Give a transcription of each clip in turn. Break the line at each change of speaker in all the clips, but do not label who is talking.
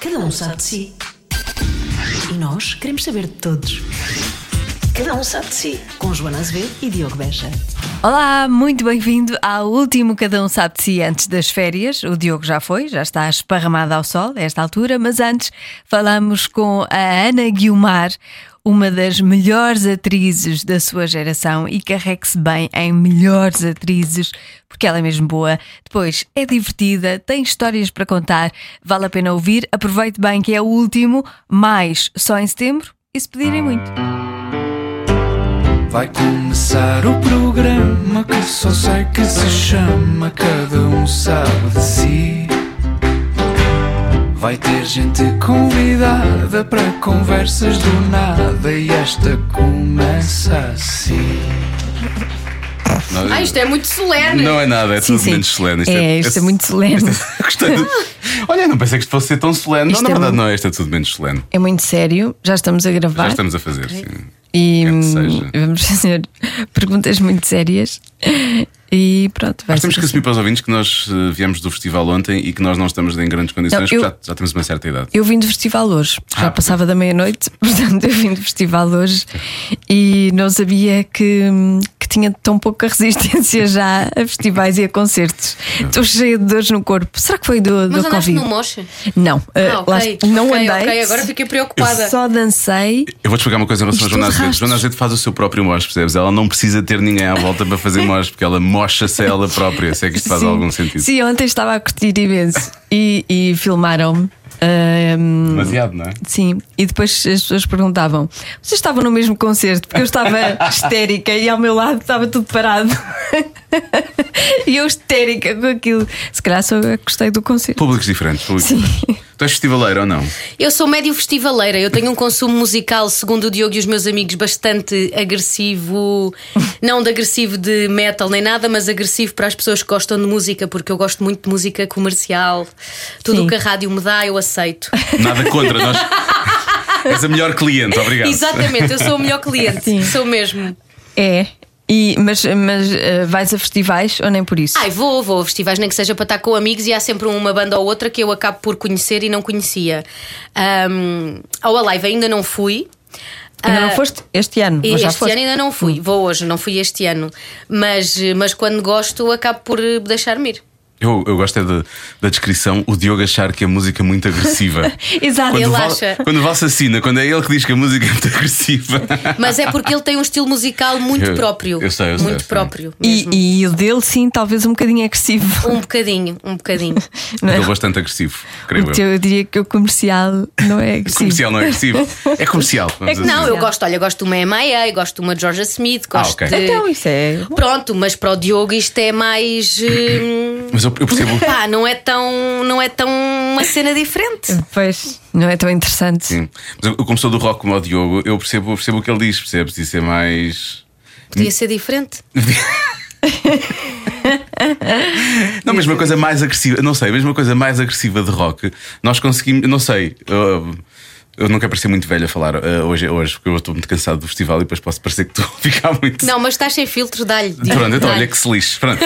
Cada um sabe de si. E nós queremos saber de todos. Cada um sabe de si. Com Joana Azevedo e Diogo Beja.
Olá, muito bem-vindo ao último Cada Um Sabe de Si antes das férias. O Diogo já foi, já está esparramado ao sol a esta altura, mas antes falamos com a Ana Guiomar, uma das melhores atrizes da sua geração e carregue-se bem em melhores atrizes, porque ela é mesmo boa. Depois é divertida, tem histórias para contar, vale a pena ouvir. Aproveite bem que é o último, mas só em setembro e se pedirem muito.
Ah, Vai começar o programa que só sei que se chama Cada um sabe de si. Vai ter gente convidada para conversas do nada e esta começa assim. Não,
Ah, isto é muito solene.
não é nada, é
Sim,
tudo
sim.
menos solene.
É, isto é muito solene.
Gostei de- Olha, não pensei que isto fosse ser tão solene. Não,
Isto
na
é
verdade,
muito-
não, isto é tudo menos solene.
É muito sério, já estamos a gravar.
Já estamos a fazer, sim.
E
Quer que
hum,
seja.
vamos fazer perguntas muito sérias. E pronto, vai
Mas temos
ser assim.
que assumir para os ouvintes que nós eh, viemos do festival ontem e que nós não estamos em grandes condições,
eu-
porque já, já temos uma certa idade.
assim. Eu vim do festival hoje, já
Ah,
passava da meia-noite, portanto eu vim do festival hoje e não sabia que, hum, que tinha tão pouca resistência já a festivais e a concertos. Estou cheia de dores no corpo. Será que foi do,
Mas
do
andaste
Covid?
no moche?
Não,
Ah,
eh, lá-
ok.
não
Ok,
andei.
Ok, agora fiquei preocupada.
Só dancei.
Eu vou te explicar uma coisa em relação
Isto
a Joana
tudo
Azevedo.
rastros.
Joana Azevedo faz o seu próprio mosh, percebes? Ela não precisa ter ninguém à volta para fazer mosh, porque ela mocha-se a ela própria, se é que isto faz
Sim.
algum sentido.
Sim, ontem estava a curtir imenso e, e filmaram-me. ahm,
Demasiado, não é?
Sim, e depois as pessoas perguntavam: vocês estavam no mesmo concerto? Porque eu estava histérica e ao meu lado estava tudo parado. e eu histérica com aquilo. Se calhar só eu que gostei do concerto.
Públicos diferentes. Públicos diferentes. Tu és festivaleiro ou não?
Eu sou médio festivaleira, eu tenho um consumo musical, segundo o Diogo e os meus amigos, bastante agressivo. Não de agressivo de metal nem nada, mas agressivo para as pessoas que gostam de música, porque eu gosto muito de música comercial. Tudo
Sim.
o que a rádio me dá, eu aceito.
Nada contra nós. És a melhor cliente, obrigado.
Exatamente, eu sou o melhor cliente,
Sim.
sou mesmo.
É. E, mas mas eh, vais a festivais ou nem por isso?
Ai, vou, vou a festivais, nem que seja para estar com amigos e há sempre uma banda ou outra que eu acabo por conhecer e não conhecia. Ahm, ao Alive ainda não fui.
Ainda
Ah,
não foste? Este ano?
E
ou já
este
foste? Hum.
ano ainda não fui, vou hoje, não fui este ano. Mas, mas quando gosto, acabo por eh, deixar-me ir.
Eu, eu gosto é da, da descrição, o Diogo achar que é música muito agressiva.
Exato,
Quando
ele
o Val-
acha.
Quando o Val se assina, quando é ele que diz que a música é muito agressiva.
Mas é porque ele tem um estilo musical muito
Eu-
próprio.
eu sei, eu sei,
muito
eu sei.
próprio. mesmo.
E, e o dele, sim, talvez um bocadinho agressivo.
Um bocadinho, um bocadinho.
não é?
Ele é bastante agressivo,
O
creio eu. É
teu, eu diria que o comercial não é agressivo.
Comercial não é agressivo. É comercial. vamos
que
assim.
Não, eu gosto, olha, gosto de uma MIA, gosto de uma Georgia Smith,
Ah,
gosto
ok.
de.
Então, isso é.
Pronto, mas para o Diogo isto é mais. eh,
Mas eu, eu percebo.
Pá, não é tão. Não é tão uma cena diferente.
Pois, não é tão interessante.
Sim. Mas eu, como sou do rock como o Diogo, eu percebo, eu percebo o que ele diz, percebes? Isso é mais.
Podia ser diferente.
Não, mesma coisa mais agressiva, não sei, mesma coisa mais agressiva de rock. Nós conseguimos, não sei. Eu, eu não quero parecer muito velho a falar eh, hoje, hoje, porque eu estou muito cansado do festival e depois posso parecer que estou a ficar muito.
Não, mas estás sem filtros, dá-lhe. Diogo,
Pronto, então
dá-lhe.
olha que se lixe. Pronto.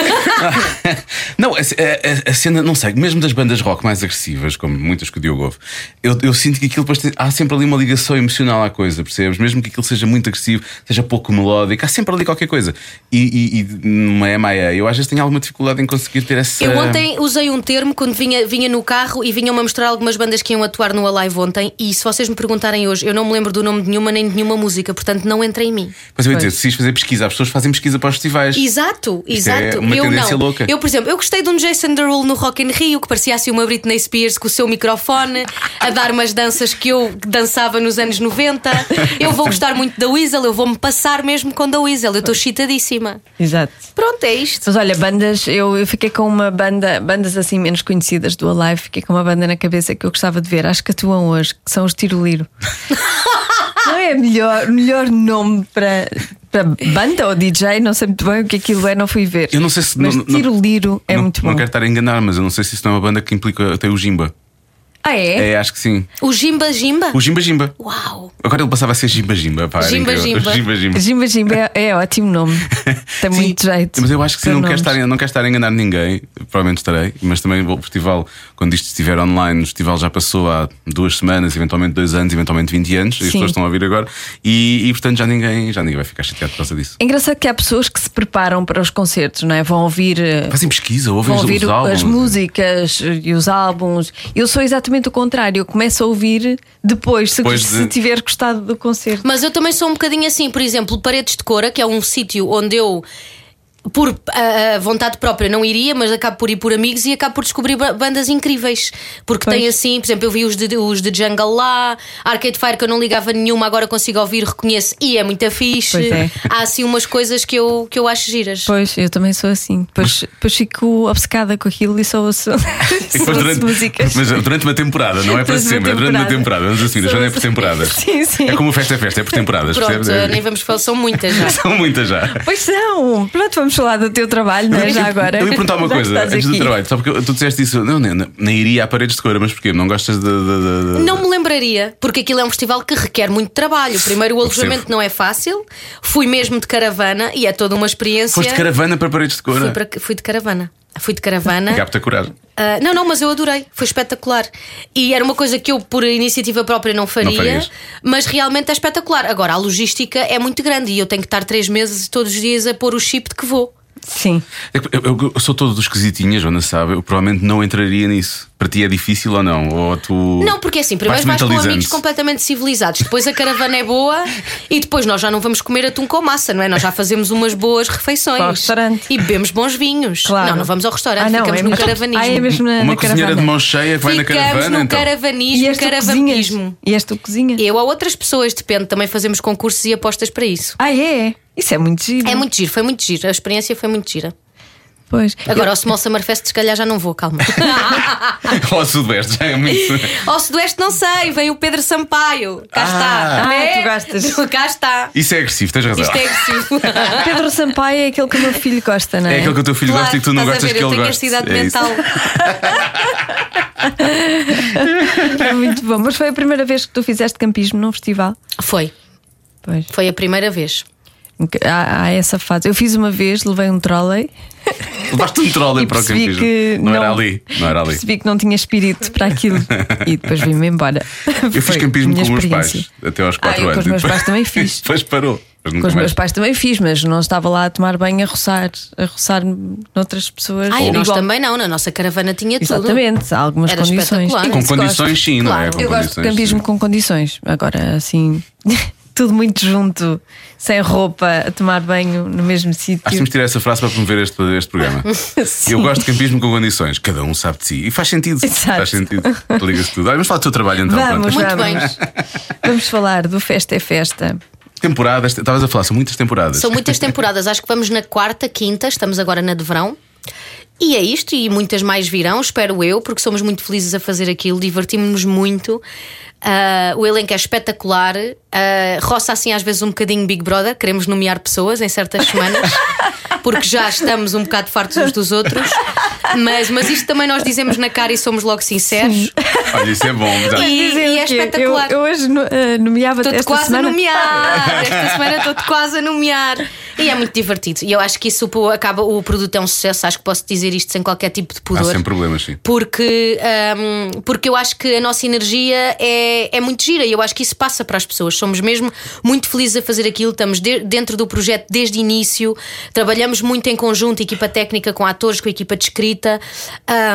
não, a, a- a cena, não sei, mesmo das bandas rock mais agressivas, como muitas que o Diogo ouve, eu, eu sinto que aquilo depois tem- há sempre ali uma ligação emocional à coisa, percebes? Mesmo que aquilo seja muito agressivo, seja pouco melódico, há sempre ali qualquer coisa. E, e, e numa MIA, eu às vezes tenho alguma dificuldade em conseguir ter essa.
Eu ontem usei um termo quando vinha, vinha no carro e vinham-me a mostrar algumas bandas que iam atuar no Alive ontem. E se vocês me perguntarem hoje, eu não me lembro do nome de nenhuma nem de nenhuma música, portanto não entra em mim.
Mas eu ia dizer, se ias fazer pesquisa, as pessoas fazem pesquisa para os festivais.
Exato,
Isto é
exato.
uma
eu
tendência
não.
louca.
Eu, por exemplo, eu gostei de um Jason Derulo no Rock in Rio que parecia assim uma Britney Spears com o seu microfone a dar umas danças que eu dançava nos anos 90. Eu vou gostar muito da Weasel, eu vou-me passar mesmo com da Weasel. Eu estou excitadíssima.
Exato.
Pronto, é isto.
Mas olha, bandas, eu, eu fiquei com uma banda, bandas assim menos conhecidas do Alive, fiquei com uma banda na cabeça que eu gostava de ver, acho que atuam hoje, que são os Tiroliro. não é melhor, melhor nome para, para banda ou DJ, não sei muito bem o que aquilo é, não fui ver.
Eu não sei se-
Mas
não- não-
Tiroliro é
não,
muito bom.
não quero estar a enganar, mas eu não sei se isso não é uma banda que implica até o Jimba.
Ah, é?
É, acho que sim.
O Jimba Jimba?
O Jimba Jimba.
Uau!
Agora ele passava a ser Jimba Jimba. Pá, era
Jimba
incrível.
Jimba.
Jimba Jimba.
Jimba Jimba é, é ótimo nome. Tem
Sim,
muito jeito.
Mas eu acho que sim,
para
não quero,
nomes.
estar, não quero estar a enganar ninguém, provavelmente estarei, mas também vou ao festival, quando isto estiver online, o festival já passou há duas semanas, eventualmente dois anos, eventualmente 20 anos, e as
Sim.
pessoas estão a ouvir agora, e, e, portanto já ninguém, já ninguém vai ficar chateado por causa disso.
É engraçado que há pessoas que se preparam para os concertos, não é? Vão ouvir. eh,
Fazem pesquisa, ouvem
Vão
os,
ouvir
os
o-
álbuns.
as músicas e os álbuns. Eu sou exatamente o contrário. Eu começo a ouvir depois, se,
Depois
se
de-
tiver gostado do concerto.
Mas eu também sou um bocadinho assim, por exemplo, Paredes de Cora, que é um sítio onde eu. Por ah, ah, vontade própria não iria, mas acabo por ir por amigos e acabo por descobrir ba- bandas incríveis. Porque
Pois.
tem assim, por exemplo, eu vi os de, os de Jungle lá, Arcade Fire que eu não ligava nenhuma, agora consigo ouvir, reconheço e é muito
Pois
fixe.
é.
Há assim umas coisas que eu, que eu acho giras.
Pois, eu também sou assim. Depois, depois fico obcecada com aquilo e só ouço, só
E depois
ouço
durante,
músicas.
mas eh, durante uma temporada, não é para
Durante uma
sempre, é durante uma
temporada.
temporada. Vamos assumir, a Joana é por temporadas.
Sim, sim.
É como o festa é festa, é por temporadas,
Pronto, ah, nem
percebes?
vamos falar, são muitas é? já.
São muitas já.
Pois são! Pronto, vamos falar do teu trabalho, não é? Já agora.
Eu ia perguntar uma
Já que
coisa
estás
antes do
aqui.
trabalho, só porque tu disseste isso, não, nem, nem iria a paredes de cor, mas porquê? Não gostas de. de- de- de-
Não me lembraria, porque aquilo é um festival que requer muito trabalho. Primeiro, o
percebo.
alojamento não é fácil. Fui mesmo de caravana e é toda uma experiência.
Foste de caravana para paredes de cor?
Fui, para- fui de caravana. Fui de caravana.
Capta coragem.
Ah, não, não, mas eu adorei. Foi espetacular. E era uma coisa que eu, por iniciativa própria, não
Não
faria.
farias.
mas realmente é espetacular. Agora, a logística é muito grande e eu tenho que estar três meses todos os dias a pôr o chip de que vou.
Sim.
É que Eu, eu- eu sou todo dos esquisitinhas, Joana sabe. Eu provavelmente não entraria nisso. Para ti é difícil ou não? Ou tu.
Não, porque assim, primeiro vais
Vais-te
com
mentalizando.
amigos completamente civilizados, depois a caravana é boa e depois nós já não vamos comer atum com massa, não é? Nós já fazemos umas boas refeições
Para o restaurante.
e bebemos bons vinhos.
Claro.
Não, não vamos ao restaurante,
Ah, não,
ficamos
é
no
mesmo-
caravanismo.
Ah, é mesmo na,
Uma
na
cozinheira
caravana.
de mão cheia que vai na
ficamos
caravana,
no
então.
E és tu que
caravanismo,
cozinhas?
caravanismo.
E és tu que cozinhas?
Eu ou outras pessoas, depende, também fazemos concursos e apostas para isso.
Ah, é? Isso é muito giro.
É muito giro, foi muito giro, a experiência foi muito gira.
Pois.
Agora, ao Small Summer Fest, se calhar já não vou, calma.
Ou sudoeste, já é muito.
ao Sudoeste, não sei, vem o Pedro Sampaio. Cá
Ah.
está.
Ah,
Né?
tu gostas.
Cá está.
Isso é agressivo, tens razão.
Isto é agressivo.
Pedro Sampaio é aquele que o meu filho gosta, não é?
É aquele que o teu filho gosta e que tu não
estás
gostas
a ver,
que
eu
ele
tenho
goste.
esta idade
É isso.
mental.
É muito bom. Mas foi a primeira vez que tu fizeste campismo num festival?
Foi,
Pois.
foi a primeira vez.
Há, há essa fase. Eu fiz uma vez, levei um trolley
Levaste um trolley
e
para o
percebi
campismo.
que.
Não, era ali. Não era ali.
Percebi que não tinha espírito para aquilo. E depois vim-me embora.
Eu fiz
Foi
campismo
a
com
Tá minha
os meus
experiência.
pais até aos
Ah,
4
eu com
anos.
os meus
E depois-
pais também fiz.
Depois parou. Mas nunca
Com os
mais.
meus pais também fiz, mas não estava lá a tomar banho, a roçar, a roçar noutras pessoas.
Ai, nós
Igual-
também não, na nossa caravana tinha tudo.
Exatamente, há algumas
Era
condições.
espetacular.
Com
Se gosta.
condições, sim, não é?
Claro,
Com
Eu gosto de
condições,
campismo com condições. Agora, assim, tudo muito junto, sem roupa, a tomar banho no
Ah,
mesmo sítio.
Acho que temos de tirar essa frase para promover este, este programa.
Sim.
Eu gosto de campismo com condições, cada um sabe de si. E faz sentido.
Exato.
Faz sentido. Liga-se tudo. Olha, vamos falar do teu trabalho então.
Vamos,
pronto.
Muito
vamos.
bem.
Vamos falar do Festa é Festa.
Temporadas, estavas a falar, são muitas temporadas.
São muitas temporadas, acho que vamos na quarta, quinta, estamos agora na de verão. E é isto, e muitas mais virão, espero eu, porque somos muito felizes a fazer aquilo, divertimos-nos muito. Ah, o elenco é espetacular, Ah, roça assim às vezes um bocadinho Big Brother, queremos nomear pessoas em certas semanas, porque já estamos um bocado fartos uns dos outros. Mas, mas isto também nós dizemos na cara e somos logo sinceros.
Olha, isso é bom. exato.
E-
Dizer o
é
quê?
espetacular.
Eu, eu hoje no- eh, nomeava
Estou-te
esta
quase
semana.
a nomear. Esta semana estou-te quase a nomear. E é muito divertido. E eu acho que isso pô, acaba, o produto é um sucesso. Acho que posso dizer isto sem qualquer tipo de
Há
pudor.
sempre problemas, sim. É
Porque, hum, porque eu acho que a nossa energia é, é muito gira e eu acho que isso passa para as pessoas. Somos mesmo muito felizes a fazer aquilo, estamos de- dentro do projeto desde o início, trabalhamos muito em conjunto, equipa técnica com atores, com equipa de escrita.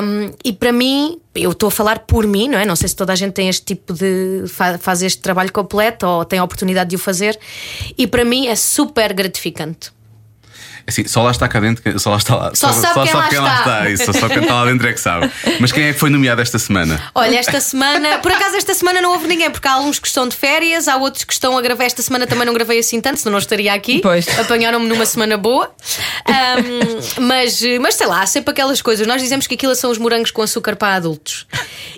hum, e para mim, eu estou a falar por mim, não é? Não sei se toda a gente tem este tipo de. fa- faz este trabalho completo ou tem a oportunidade de o fazer. E para mim é super gratificante.
Assim, só lá está cá dentro, quem- só lá está lá.
Só sabe quem lá está.
Isso, só sabe quem está lá dentro é que sabe. Mas quem é que foi nomeado esta semana?
Olha, esta semana, por acaso esta semana não houve ninguém, porque há alguns que estão de férias, há outros que estão a gravar. Esta semana também não gravei assim tanto, senão não estaria aqui.
Pois.
Apanharam-me numa semana boa. Ahm, mas, mas sei lá, há sempre aquelas coisas. Nós dizemos que aquilo são os morangos com açúcar para adultos.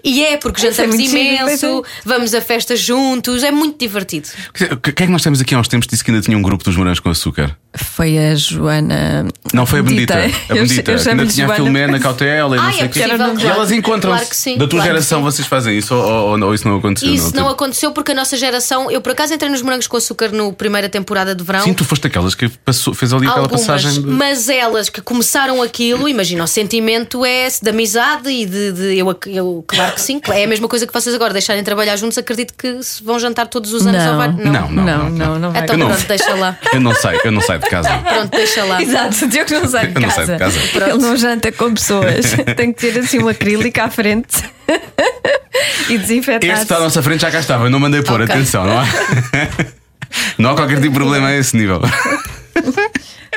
E é, porque
Isso é
jantamos
muito giro, pois
imenso, vamos a festas juntos, é muito divertido.
Quem é que nós temos aqui há uns tempos que disse que ainda tinha um grupo dos morangos com açúcar?
Foi a Joana Joana.
Não foi a Bendita. A
Eu-
Bendita.
eu
que
chamo-lhe
ainda tinha a
Joana.
Filomena, Cautela e não
Ai,
sei
é
o quê.
possível,
E
claro.
elas encontram-se.
Claro que sim,
Da tua
claro que
geração
sim.
vocês fazem isso ou, ou- ou isso não Tipo, aconteceu?
Isso
na
não
altura?
aconteceu porque a nossa geração. Eu por acaso entrei nos Morangos com Açúcar na primeira temporada de verão.
Sim, tu foste daquelas que passou- fez ali aquela
Algumas,
passagem. de-
mas elas que começaram aquilo, imagina, o sentimento é esse de amizade e de. de- eu, ac- eu, claro que sim, é a mesma coisa que vocês agora deixarem de trabalhar juntos, acredito que se vão jantar todos os anos
Não.
ou vai-
Não,
Não, não, não.
não, não vai
Então
Eu não-
pronto, deixa lá.
Eu não saio, eu não saio de casa.
Pronto, deixa lá.
Exato, o Diogo não sai de
Eu não
casa.
saio de casa.
Ele não janta com pessoas. Tem que ter assim um acrílico à frente e
Este
desinfetar.
está à nossa frente, já cá estava, eu não mandei pôr,
Ok.
atenção, não há? Não há qualquer tipo de problema a esse nível.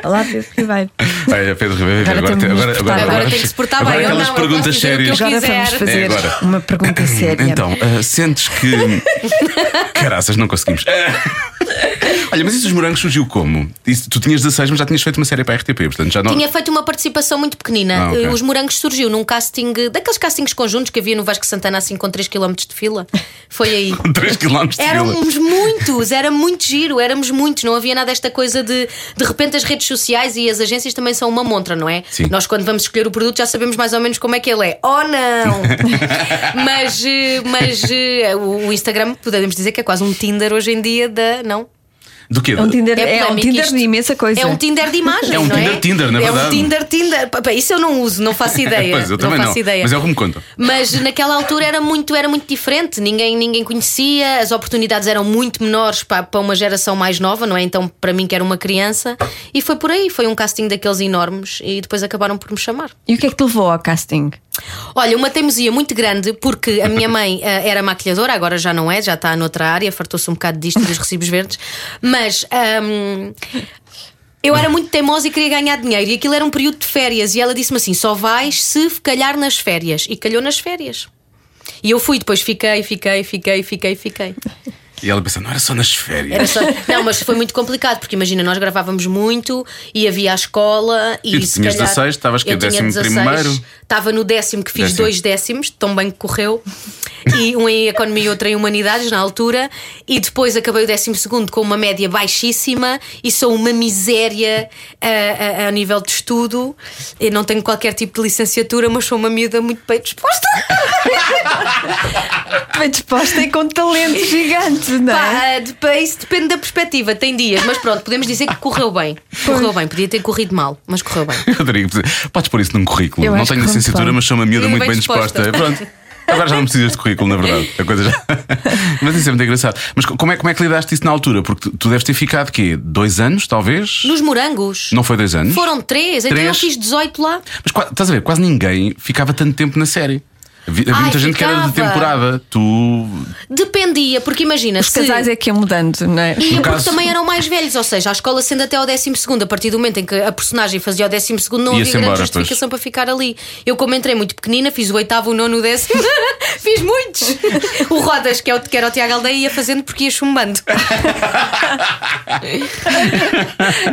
Olá, Pedro Ribeiro.
Olha, Pedro Ribeiro,
Agora
agora,
temos de nos portar bem.
Agora tem que se portar
agora
bem, eu
aquelas
não, eu
perguntas
posso dizer o que
sérias.
eu
Agora
quiser.
vamos fazer
É agora.
uma pergunta séria.
Então, ah, sentes que. Caraças, não conseguimos. Ah. Olha, mas isso dos morangos surgiu como? Isso- tu tinhas 16, mas já tinhas feito uma série para a RTP, portanto já não.
Tinha feito uma participação muito pequenina.
Ah, ok.
Eh, Os Morangos surgiu num casting, daqueles castings conjuntos que havia no Vasco Santana, assim com 3 km de fila. Foi aí.
3 km de fila.
Éramos muitos, era muito giro, éramos muitos. Não havia nada desta coisa de de repente as redes sociais e as agências também são uma montra, não é?
Sim.
Nós, quando vamos escolher o produto, já sabemos mais ou menos como é que ele é. Oh, não! mas eh, mas eh, o o Instagram, podemos dizer que é quase um Tinder hoje em dia da. Não?
Do quê?
É um Tinder, é um
polémico
Tinder
isto.
de imensa coisa.
É um Tinder de imagens.
É um
não
Tinder Tinder, na
É um
verdade.
Tinder Tinder. Pá, pá, Isso eu não uso, não faço ideia.
Ah, Pois, eu também
não faço
não.
ideia.
Mas é o que me contam.
Mas naquela altura era muito, era muito diferente, ninguém, ninguém conhecia, as oportunidades eram muito menores para, para uma geração mais nova, não é? Então, para mim, que era uma criança, e foi por aí, foi um casting daqueles enormes e depois acabaram por me chamar.
E o que é que te levou ao casting?
Olha, uma teimosia muito grande, porque a minha mãe eh, era maquilhadora, agora já não é, já está noutra área, fartou-se um bocado disto dos recibos verdes, mas. ahm, eu era muito teimosa e queria ganhar dinheiro, e aquilo era um período de férias, e ela disse-me assim: só vais se calhar nas férias. E calhou nas férias. E eu fui, depois fiquei, fiquei, fiquei, fiquei, fiquei.
E ela pensa, não era só nas férias.
Era só- Não, mas foi muito complicado, porque imagina, nós gravávamos muito e havia a escola e,
E tu
se
tinhas
calhar,
16, estavas quê?
eu tinha
Décimo
16,
primeiro?
Estava no décimo que fiz
Décimo.
dois décimos, tão bem que correu, e um em economia e outro em humanidades na altura, e depois acabei o décimo segundo com uma média baixíssima e sou uma miséria a, a- a nível de estudo. Eu não tenho qualquer tipo de licenciatura, mas sou uma miúda muito bem disposta.
Bem disposta e com talento gigante, não é?
Pá, de- pá, isso depende da perspectiva, tem dias, mas pronto, podemos dizer que correu bem. Correu bem, podia ter corrido mal, mas correu bem.
Rodrigo, podes pôr isso num currículo.
Eu
não
acho
tenho
que
licenciatura,
concordo.
mas sou uma miúda
E
muito
bem
bem disposta.
disposta.
Pronto. Agora já não precisas de currículo, na verdade. A coisa já... Mas isso é muito engraçado. Mas co- como é, como é que lidaste isso na altura? Porque tu, tu deves ter ficado quê? Dois anos, talvez?
Nos morangos?
Não foi dois anos?
Foram três, então
Três.
eu fiz 18 lá.
Mas qua- estás a ver, quase ninguém ficava tanto tempo na série. Havia, havia
Ai,
muita gente que era de
ficava.
temporada. Tu.
Dependia, porque imagina,
Os
se-
casais é que iam mudando, não é?
E
No
porque
caso-
também eram mais velhos, ou seja, a escola sendo até ao 12, a partir do momento em que a personagem fazia o 12, não
Ia-se
havia grande
embora,
justificação para ficar ali. Eu, como entrei muito pequenina, fiz o oitavo, o nono, o décimo, fiz muitos. O Rodas, que, é o, que era o Tiago Aldeia, ia fazendo porque ia chumbando.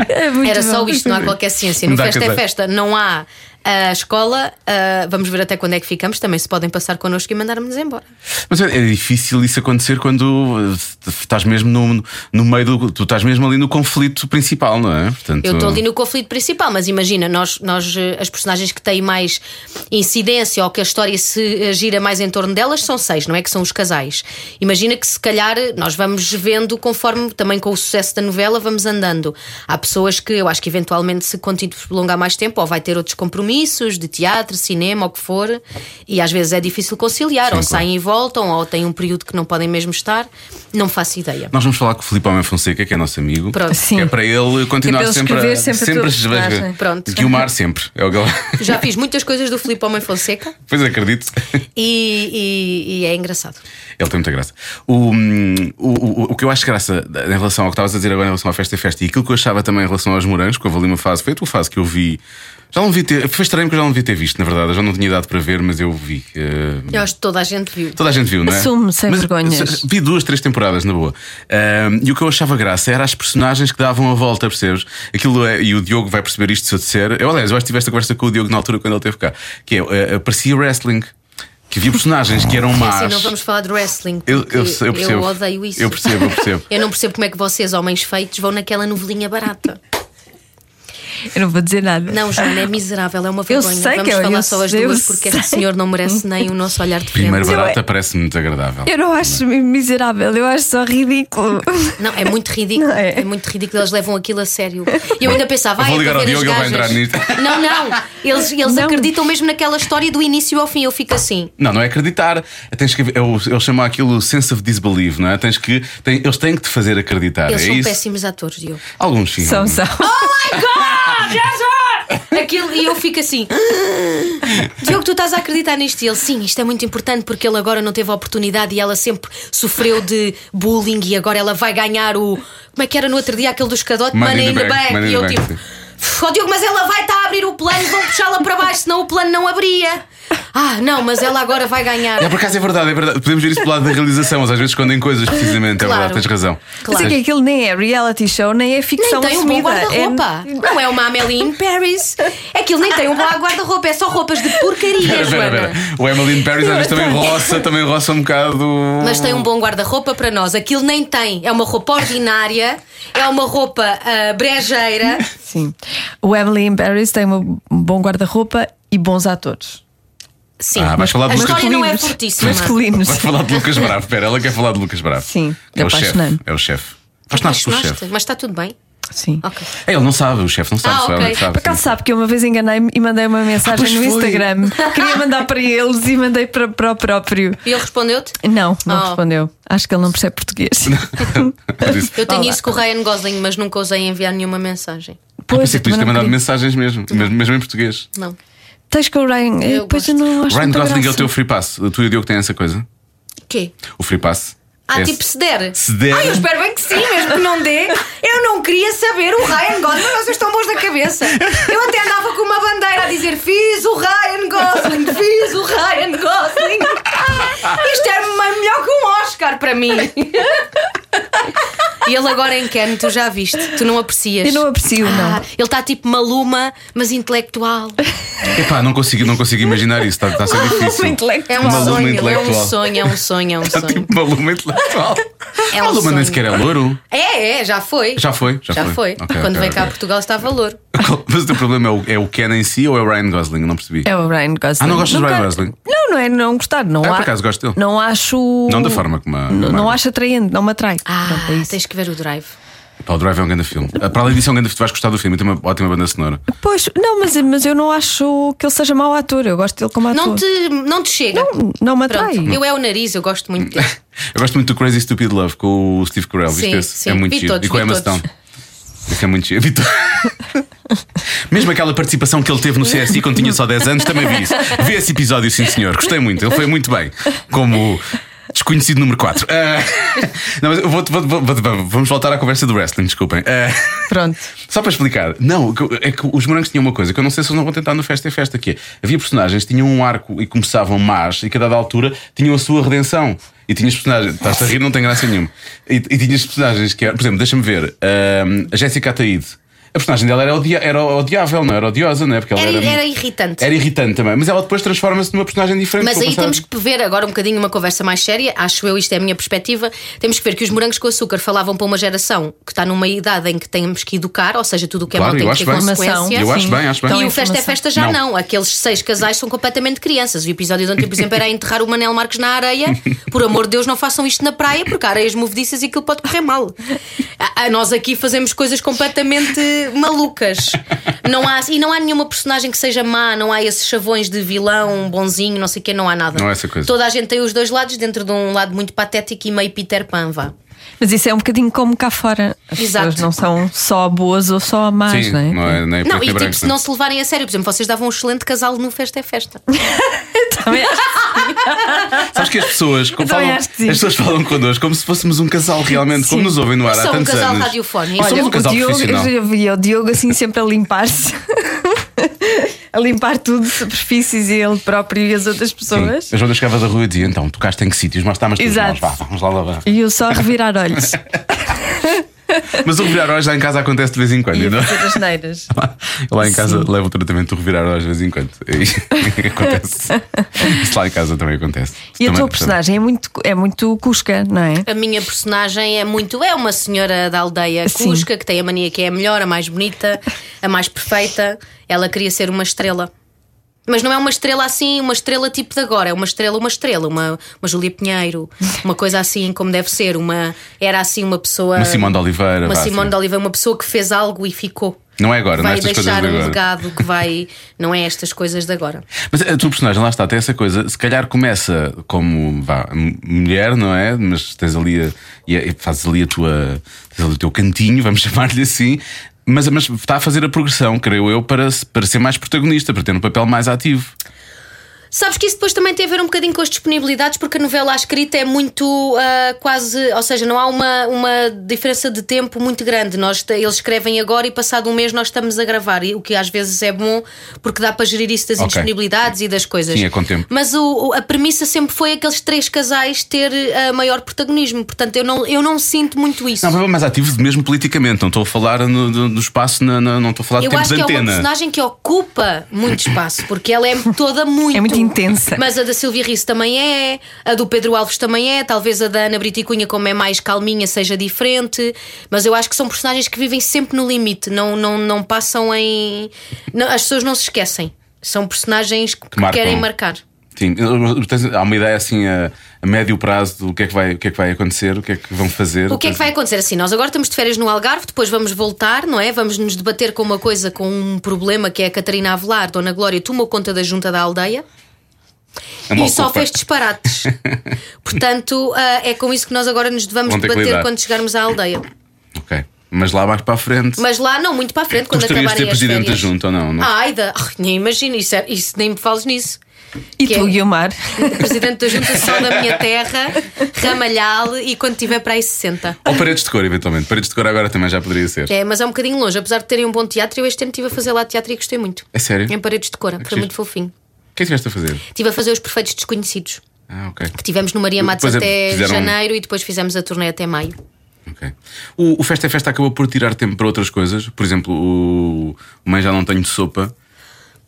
É muito
Era só
bom.
isto, não há qualquer ciência.
Não
No
dá
festa é
casar.
festa, não há a escola. ah, vamos ver até quando é que ficamos. Também se podem passar connosco e mandar-nos embora.
Mas é, é difícil isso acontecer quando eh, estás mesmo no, no meio do. Tu estás mesmo ali no conflito principal, não é? Portanto,
Eu estou ali no conflito principal, mas imagina, nós, nós, eh, as personagens que têm mais incidência ou que a história se eh, gira mais em torno delas são seis, não é? Que são os casais. Imagina que se calhar eh, nós vamos vendo conforme também com o sucesso da novela vamos andando. Há pessoas que eu acho que eventualmente se continuar prolongar mais tempo ou vai ter outros compromissos de teatro, cinema, ou o que for, e às vezes é difícil conciliar, ou
claro.
saem e voltam, ou têm um período que não podem mesmo estar. Não faço ideia.
Nós vamos falar com o Filipe Homem Fonseca, que é nosso amigo.
Pronto.
Sim.
Que é para ele continuar
É para ele
sempre,
escrever
a,
sempre a
sempre
tua
a-
personagem.
Pronto.
Guilmar sempre. É o que ele...
Já fiz muitas coisas do Filipe Homem Fonseca.
Pois acredito.
E, e- e é engraçado.
Ele tem muita graça. O, hum, o, o, o que eu acho graça em relação ao que estavas a dizer agora em relação à festa e festa e aquilo que eu achava também em relação aos morangos, que houve ali uma fase, foi a tua fase que eu vi. Já não vi ter. Foi estranho porque eu já não devia ter visto, na verdade. Eu já não tinha idade para ver, mas eu vi. eh,
Eu acho que toda a gente viu.
Toda a gente viu, não é?
Assume, sem vergonhas.
se- Vi duas, três temporadas, na boa. Ahm, e o que eu achava graça era as personagens que davam a volta, percebes? Aquilo é, e o Diogo vai perceber isto se eu disser. Eu, aliás, eu acho que tive esta conversa com o Diogo na altura quando ele esteve cá, que é, eh, parecia wrestling. Que havia personagens que eram más.
Assim, não vamos falar de wrestling.
Eu,
porque
eu, sei- eu percebo.
odeio isso.
Eu percebo, eu percebo.
Eu não percebo como é que vocês, homens feitos, vão naquela novelinha barata.
Eu não vou dizer nada.
Não, Joana, é miserável, é uma
Eu
vergonha.
sei
Vamos
que é,
falar
eu
só as
sei, eu
duas porque
sei.
este senhor não merece nem o nosso olhar de
Primeiro
frente.
barata parece-me desagradável.
é- Eu não acho miserável, eu acho só ridículo.
Hum.
Não, é muito ridículo.
Não é?
É? muito ridículo, eles levam aquilo a sério. E eu ainda pensava,
Eu
ah,
vou
é
ligar
para
ao
ver as
Diogo, ele vai
gajas."
entrar nisto.
Não, não. Eles, eles
Não.
acreditam mesmo naquela história do início ao fim. Eu fico assim.
Não, não é acreditar. Tens que, eu, eu chamo aquilo sense of disbelief, não é? Tens que, tem- eles têm que te fazer acreditar.
Eles
é
são
isso?
péssimos atores, Diogo.
Alguns sim.
São, são.
Aquilo, e eu fico assim. Diogo, tu estás a acreditar nisto? E ele, sim, isto é muito importante porque ele agora não teve a oportunidade e ela sempre sofreu de bullying e agora ela vai ganhar o. Como é que era no outro dia aquele do escadote?
Money
Money in the Bank.
Money
E
in
eu
the
tipo.
Bank,
Oh Diogo, mas ela vai estar a abrir o plano, vão puxá-la para baixo, senão o plano não abria. Ah, não, mas ela agora vai ganhar.
É por acaso é verdade, é verdade. Podemos ver isso pelo lado da realização, mas às vezes escondem coisas, precisamente, é
Claro.
verdade, tens razão.
Mas é que aquilo nem é reality show, nem é
Nem
ficção
tem um bom
assumida. É-
guarda-roupa. Não é uma Amélie in Paris. Aquilo nem tem um bom guarda-roupa, é só roupas de porcaria,
Espera, espera,
é Joana.
espera. O Emily in Paris às vezes também roça, também roça um bocado.
Mas tem um bom guarda-roupa para nós. Aquilo nem tem. É uma roupa ordinária, é uma roupa ah, brejeira.
Sim. O Emily in Paris tem um bom guarda-roupa e bons atores.
Sim.
Ah, vais falar
a
de Lucas
história não é
Masculinos.
fortíssima.
Masculinos.
Vai falar de Lucas Bravo, espera, ela quer falar de Lucas Bravo.
Sim,
é o chefe.
apaixonei-me.
É o chefe. Apaixonaste pelo
Apaixonaste,
chefe.
Mas está tudo bem.
Sim.
Ok.
É, Ele não sabe, o chefe não sabe,
Ah,
só
ok.
ela que sabe.
Por acaso
sim.
sabe que eu uma vez enganei-me e mandei uma mensagem
Ah,
pois
no
foi.
Instagram. Queria mandar para eles e mandei para, para o próprio.
E ele respondeu-te?
Não, não
Oh.
respondeu. Acho que ele não percebe português.
Por isso-
Eu tenho
Olá.
isso com o Ryan Gosling, mas nunca usei enviar nenhuma mensagem.
Ah, pensei que podias
também
ter
não
mandado
queria.
mensagens mesmo, mesmo, mesmo em português.
Não.
Tens com o Ryan. eh,
Eu
Depois
gosto.
eu não acho
Ryan
muita
Gosling é o
graça.
teu free pass. Tu e o Diogo têm essa coisa?
Quê?
O free pass?
Ah,
É
tipo se der.
se der.
Ah, eu espero bem que sim, mesmo que não dê. Eu não queria saber o Ryan Gosling, mas vocês estão bons da cabeça. Eu até andava com uma bandeira a dizer: fiz o Ryan Gosling, fiz o Ryan Gosling. Ah, Isto é mais melhor que um Oscar para mim. E ele agora em Ken, tu já viste, tu não aprecias. Ah,
Eu não aprecio, não.
ele está tipo maluma, mas intelectual.
Epá, não consigo, não consigo imaginar isso, está tá a ser difícil.
intelectual.
É um
Maluma
sonho, é
intelectual.
um sonho, é um sonho, é um
Está
sonho.
tipo uma luma intelectual.
É um
a luma nem
sonho.
sequer é louro.
É, é, já foi.
Já foi, já
Já
foi.
foi.
Ok,
Quando
ok,
veio cá a
ok.
Portugal está a valor.
Mas o teu problema é o, é o Ken em si ou é o Ryan Gosling? Não percebi.
É o Ryan Gosling.
Ah, não gostas do
Nunca-
Ryan Gosling?
Não, não é não gostar. Não
Ah,
há-
por acaso gosto dele.
Não acho.
Não da forma como a-
Não,
como
não
a-
acho atraente, não me atrai.
Ah,
Pronto, é isso.
tens que ver o Drive.
Pá, o Drive é um grande filme. Ah, Para além disso, é um grande filme. Tu vais gostar do filme, tem uma ótima banda sonora.
Pois, não, mas, mas eu não acho que ele seja mau ator. Eu gosto dele como ator.
Não te, não te chega.
Não, não me atrai.
Pronto, eu é o nariz, eu gosto muito dele.
Eu gosto muito do Crazy Stupid Love com o Steve Carell.
Sim,
Viste esse?
sim.
É muito
Vi
giro.
todos,
e com a
vi
Emma
todos.
Stone. Isso é muito giro. Vi to- Mesmo aquela participação que ele teve no CSI quando tinha só 10 anos, também vi isso. Vi esse episódio, sim senhor. Gostei muito. Ele foi muito bem. Como. Desconhecido número 4. não, mas eu vou, vou- vou- vou- vamos voltar à conversa do wrestling, desculpem. Ah,
Pronto.
Só para explicar, não, que- é que os morangos tinham uma coisa que eu não sei se eles não vão tentar no Festa é Festa, que é, havia personagens que tinham um arco e começavam más e que a dada altura tinham a sua redenção. E tinhas personagens, estás a rir, não tem graça nenhuma. E, e tinhas personagens que, eram- por exemplo, deixa-me ver, ahm, a Jéssica Ataíde. A personagem dela era, odia, era odiável, não era odiosa, não é? Porque ela
Era,
era,
era irritante.
era irritante também, mas ela depois transforma-se numa personagem diferente.
Mas
com
aí
passar-
temos que ver agora um bocadinho uma conversa mais séria, acho eu, isto é a minha perspectiva. Temos que ver que os morangos com açúcar falavam para uma geração que está numa idade em que temos que educar, ou seja, tudo o que é
Claro,
mau
eu
tem que
acho
ter
bem.
consequências.
Eu acho bem, acho bem.
E
Então,
o Festa é Festa já
Não.
não. Aqueles seis casais são completamente crianças. O episódio de ontem, por exemplo, era a enterrar o Manel Marques na areia. Por amor de Deus, não façam isto na praia, porque há areias movediças e aquilo pode correr mal. A, a- nós aqui fazemos coisas completamente malucas. Não há, e não há nenhuma personagem que seja má, não há esses chavões de vilão, bonzinho, não sei o quê, não há nada.
Não há essa coisa.
Toda a gente tem os dois lados, dentro de um lado muito patético e meio Peter Pan, vá.
Mas isso é um bocadinho como cá fora. As
Exato.
pessoas não são só boas ou só más,
Sim,
não é?
não é, não é
Não, e
preto nem
tipo,
branco,
se não se levarem a sério, por exemplo, vocês davam um excelente casal no Festa é Festa.
Também acho
Sabes que as pessoas, como
também
falam, as
acho que sim.
pessoas falam connosco como se fôssemos um casal realmente, como nos ouvem no ar há
Só um
tantos
casal
anos.
radiofónico.
Somos
Olha,
um casal
o Diogo,
profissional.
eu via o Diogo assim sempre a limpar-se. a limpar tudo, superfícies, e ele próprio e as outras pessoas.
Sim. A Joana chegava da rua e dizia: então, tocaste em que sítios, mas está, mas tu,
Exato.
nós, vá, vamos lá lavar.
E eu só a revirar olhos.
Mas o revirar hoje lá em casa acontece de vez em quando.
E a
não é?
fazer as neiras.
Lá- Lá em casa levo o tratamento do revirar hoje de vez em quando. E acontece. Isso lá em casa também acontece.
E a
Também-
tua personagem é muito, é muito cusca, não é?
A minha personagem é muito. É uma senhora da aldeia
Sim.
Cusca que tem a mania que é a melhor, a mais bonita, a mais perfeita. Ela queria ser uma estrela. Mas não é uma estrela assim, uma estrela tipo de agora, é uma estrela, uma estrela, uma, uma Julia Pinheiro, uma coisa assim como deve ser. Uma, era assim uma pessoa.
Uma Simone de Oliveira.
Uma
vá,
Simone
assim.
de Oliveira, uma pessoa que fez algo e ficou.
Não é agora,
vai
nestas coisas
deixar
de
um
agora.
legado que vai. Não é estas coisas de agora.
Mas a tua personagem, lá está, tem essa coisa. Se calhar começa como vá, m- mulher, não é? Mas tens ali a, e a- e fazes ali a tua. Tens ali o teu cantinho, vamos chamar-lhe assim. Mas, mas está a fazer a progressão, creio eu, para, se- para ser mais protagonista, para ter um papel mais ativo.
Sabes que isso depois também tem a ver um bocadinho com as disponibilidades, porque a novela à escrita é muito ah, quase, ou seja, não há uma, uma diferença de tempo muito grande. Nós, te- eles escrevem agora e passado um mês nós estamos a gravar, e o que às vezes é bom porque dá para gerir isso das
Ok.
indisponibilidades e das coisas.
Sim, é com tempo.
Mas o- o- a premissa sempre foi aqueles três casais ter ah, maior protagonismo, portanto eu não, eu não sinto muito isso.
Não, um papel mais ativo mesmo politicamente. Não estou a falar no, no- no espaço, na, na- não estou a falar de
Eu
tempos
acho
de
que é uma
antena.
personagem que ocupa muito espaço, porque ela é toda muito.
É muito intensa.
Mas a da Silvia Riso também é, a do Pedro Alves também é, talvez a da Ana Briticunha, como é mais calminha, seja diferente. Mas eu acho que são personagens que vivem sempre no limite, não, não, não passam em. não- as pessoas não se esquecem. São personagens que,
marcam.
querem marcar.
Sim, tens- há uma ideia assim a, a médio prazo do que é que vai, o que é que vai acontecer, o que é que vão fazer.
O que é que vai acontecer? Assim, nós agora estamos de férias no Algarve, depois vamos voltar, não é? Vamos nos debater com uma coisa, com um problema que é a Catarina Avelar, Dona Glória, tomou conta da junta da aldeia.
É uma
e só
ocupa.
fez disparates. Portanto, ah, é com isso que nós agora nos devamos
Vão ter que
debater
lidar.
quando chegarmos à aldeia.
Ok. Mas lá mais para a frente.
Mas lá, não, muito para a frente, quando
Gostarias de
acabarem
ter
as
presidente da
férias.
junta ou não? é? não?
Ah, Aida, ah, nem imagino, isso, é- isso nem me fales nisso.
E
Que
tu,
é-
Guilmar?
Presidente da junta só da minha terra, Ramalhal, e quando tiver para aí 60.
Ou paredes de cor, eventualmente. Paredes de cor agora também já poderia ser.
É, mas é um bocadinho longe, apesar de terem um bom teatro, eu este ano estive a fazer lá teatro e gostei muito.
É sério?
Em paredes de cor,
que
foi muito
giro.
fofinho.
O que é que estiveste a fazer?
Estive a fazer os perfeitos desconhecidos,
Ah, ok.
que tivemos no Maria Matos
Pois é,
até
fizeram-
janeiro e depois fizemos a turnê até maio.
ok. O, o Festa é Festa acabou por tirar tempo para outras coisas. Por exemplo, o, o Mãe Já Não Tenho de Sopa.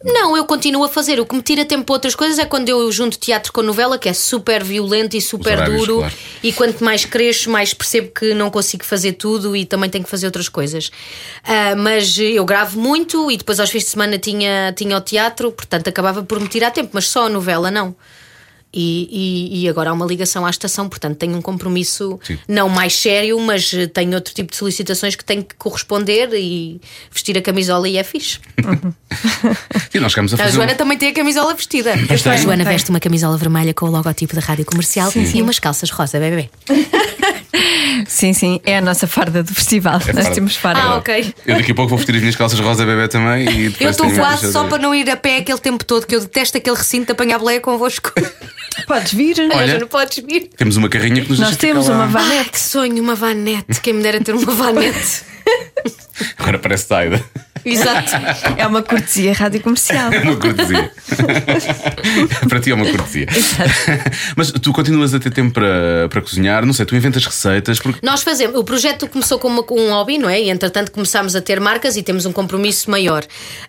Não, eu continuo a fazer. O que me tira tempo para outras coisas é quando eu junto teatro com novela, que é super violento e super
horários,
duro.
claro.
E quanto mais cresço, mais percebo que não consigo fazer tudo e também tenho que fazer outras coisas. Ah, mas eu gravo muito e depois aos fins de semana tinha, tinha o teatro, portanto acabava por me tirar tempo, mas só a novela não. E, e- e agora há uma ligação à estação, portanto tenho um compromisso
Sim.
não mais sério, mas eh, tenho outro tipo de solicitações que tenho que corresponder e vestir a camisola e é fixe.
Sim, nós chegámos a
A
fazer. um-
Joana tá- também tem a camisola vestida.
tem.
A Joana veste uma camisola vermelha com o logotipo da rádio comercial e umas calças rosa, bebê.
Sim, sim, é a nossa farda do festival.
É
Nós
farda.
temos farda.
Ah, ok.
Eu daqui a pouco vou vestir as minhas calças rosa bebê também. E depois
Eu estou
tenho uma
quase
t-shirt
só
aí.
para não ir a pé aquele tempo todo, que eu detesto aquele recinto de apanhar boleia convosco.
Podes vir.
Olha.
Joana, podes vir.
Temos uma carrinha que nos
Nós
deixa
temos
ficar lá.
uma
Ai,
vanete.
que sonho, uma vanete. Quem me dera ter uma vanete.
Agora parece Taida.
Exato.
É uma cortesia rádio comercial.
É uma cortesia. para ti é uma cortesia. Mas tu continuas a ter tempo para, para cozinhar, não sei, tu inventas receitas, porque
Nós fazemos. O projeto começou como uma- um hobby, não é? E entretanto começámos a ter marcas e temos um compromisso maior.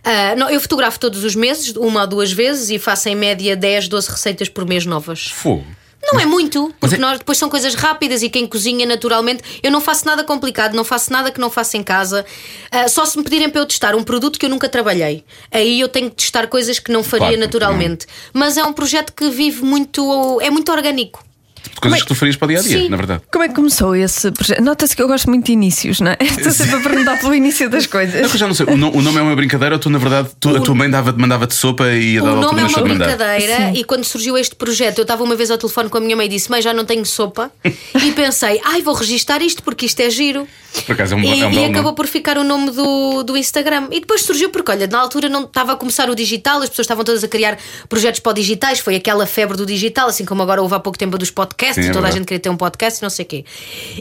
Ah, não, eu fotografo todos os meses, uma ou duas vezes, e faço em média 10, 12 receitas por mês novas.
fogo.
Não é muito, porque
é-
nós depois são coisas rápidas e quem cozinha naturalmente. Eu não faço nada complicado, não faço nada que não faço em casa. Ah, só se me pedirem para eu testar um produto que eu nunca trabalhei. Aí eu tenho que testar coisas que não faria
Claro, hum.
naturalmente. Mas é um projeto que vive muito. é muito orgânico.
De coisas que tu farias para o dia a dia,
Sim.
na verdade.
Como é que começou esse projeto? Nota-se que eu gosto muito de inícios, não é? Estou sempre a perguntar pelo início das
É
coisas.
que eu já não sei, o, no- o nome é uma brincadeira ou tu, na verdade, tu- a tua mãe dava- mandava-te sopa e a
O
dada altura
nome é uma
deixou de mandar?
brincadeira e quando surgiu este projeto, eu estava uma vez ao telefone com a minha mãe e disse: Mãe, já não tenho sopa. e pensei: Ai, vou registar isto porque isto é giro.
Por acaso é um,
E,
bo- é um
e
belo
acabou
nome.
por ficar o nome do, do Instagram. E depois surgiu porque, olha, na altura não estava a começar o digital, as pessoas estavam todas a criar projetos para o digitais, foi aquela febre do digital, assim como agora houve há pouco tempo a dos podcasts,
Sim, é
toda a
verdade.
gente queria ter um podcast e não sei o quê.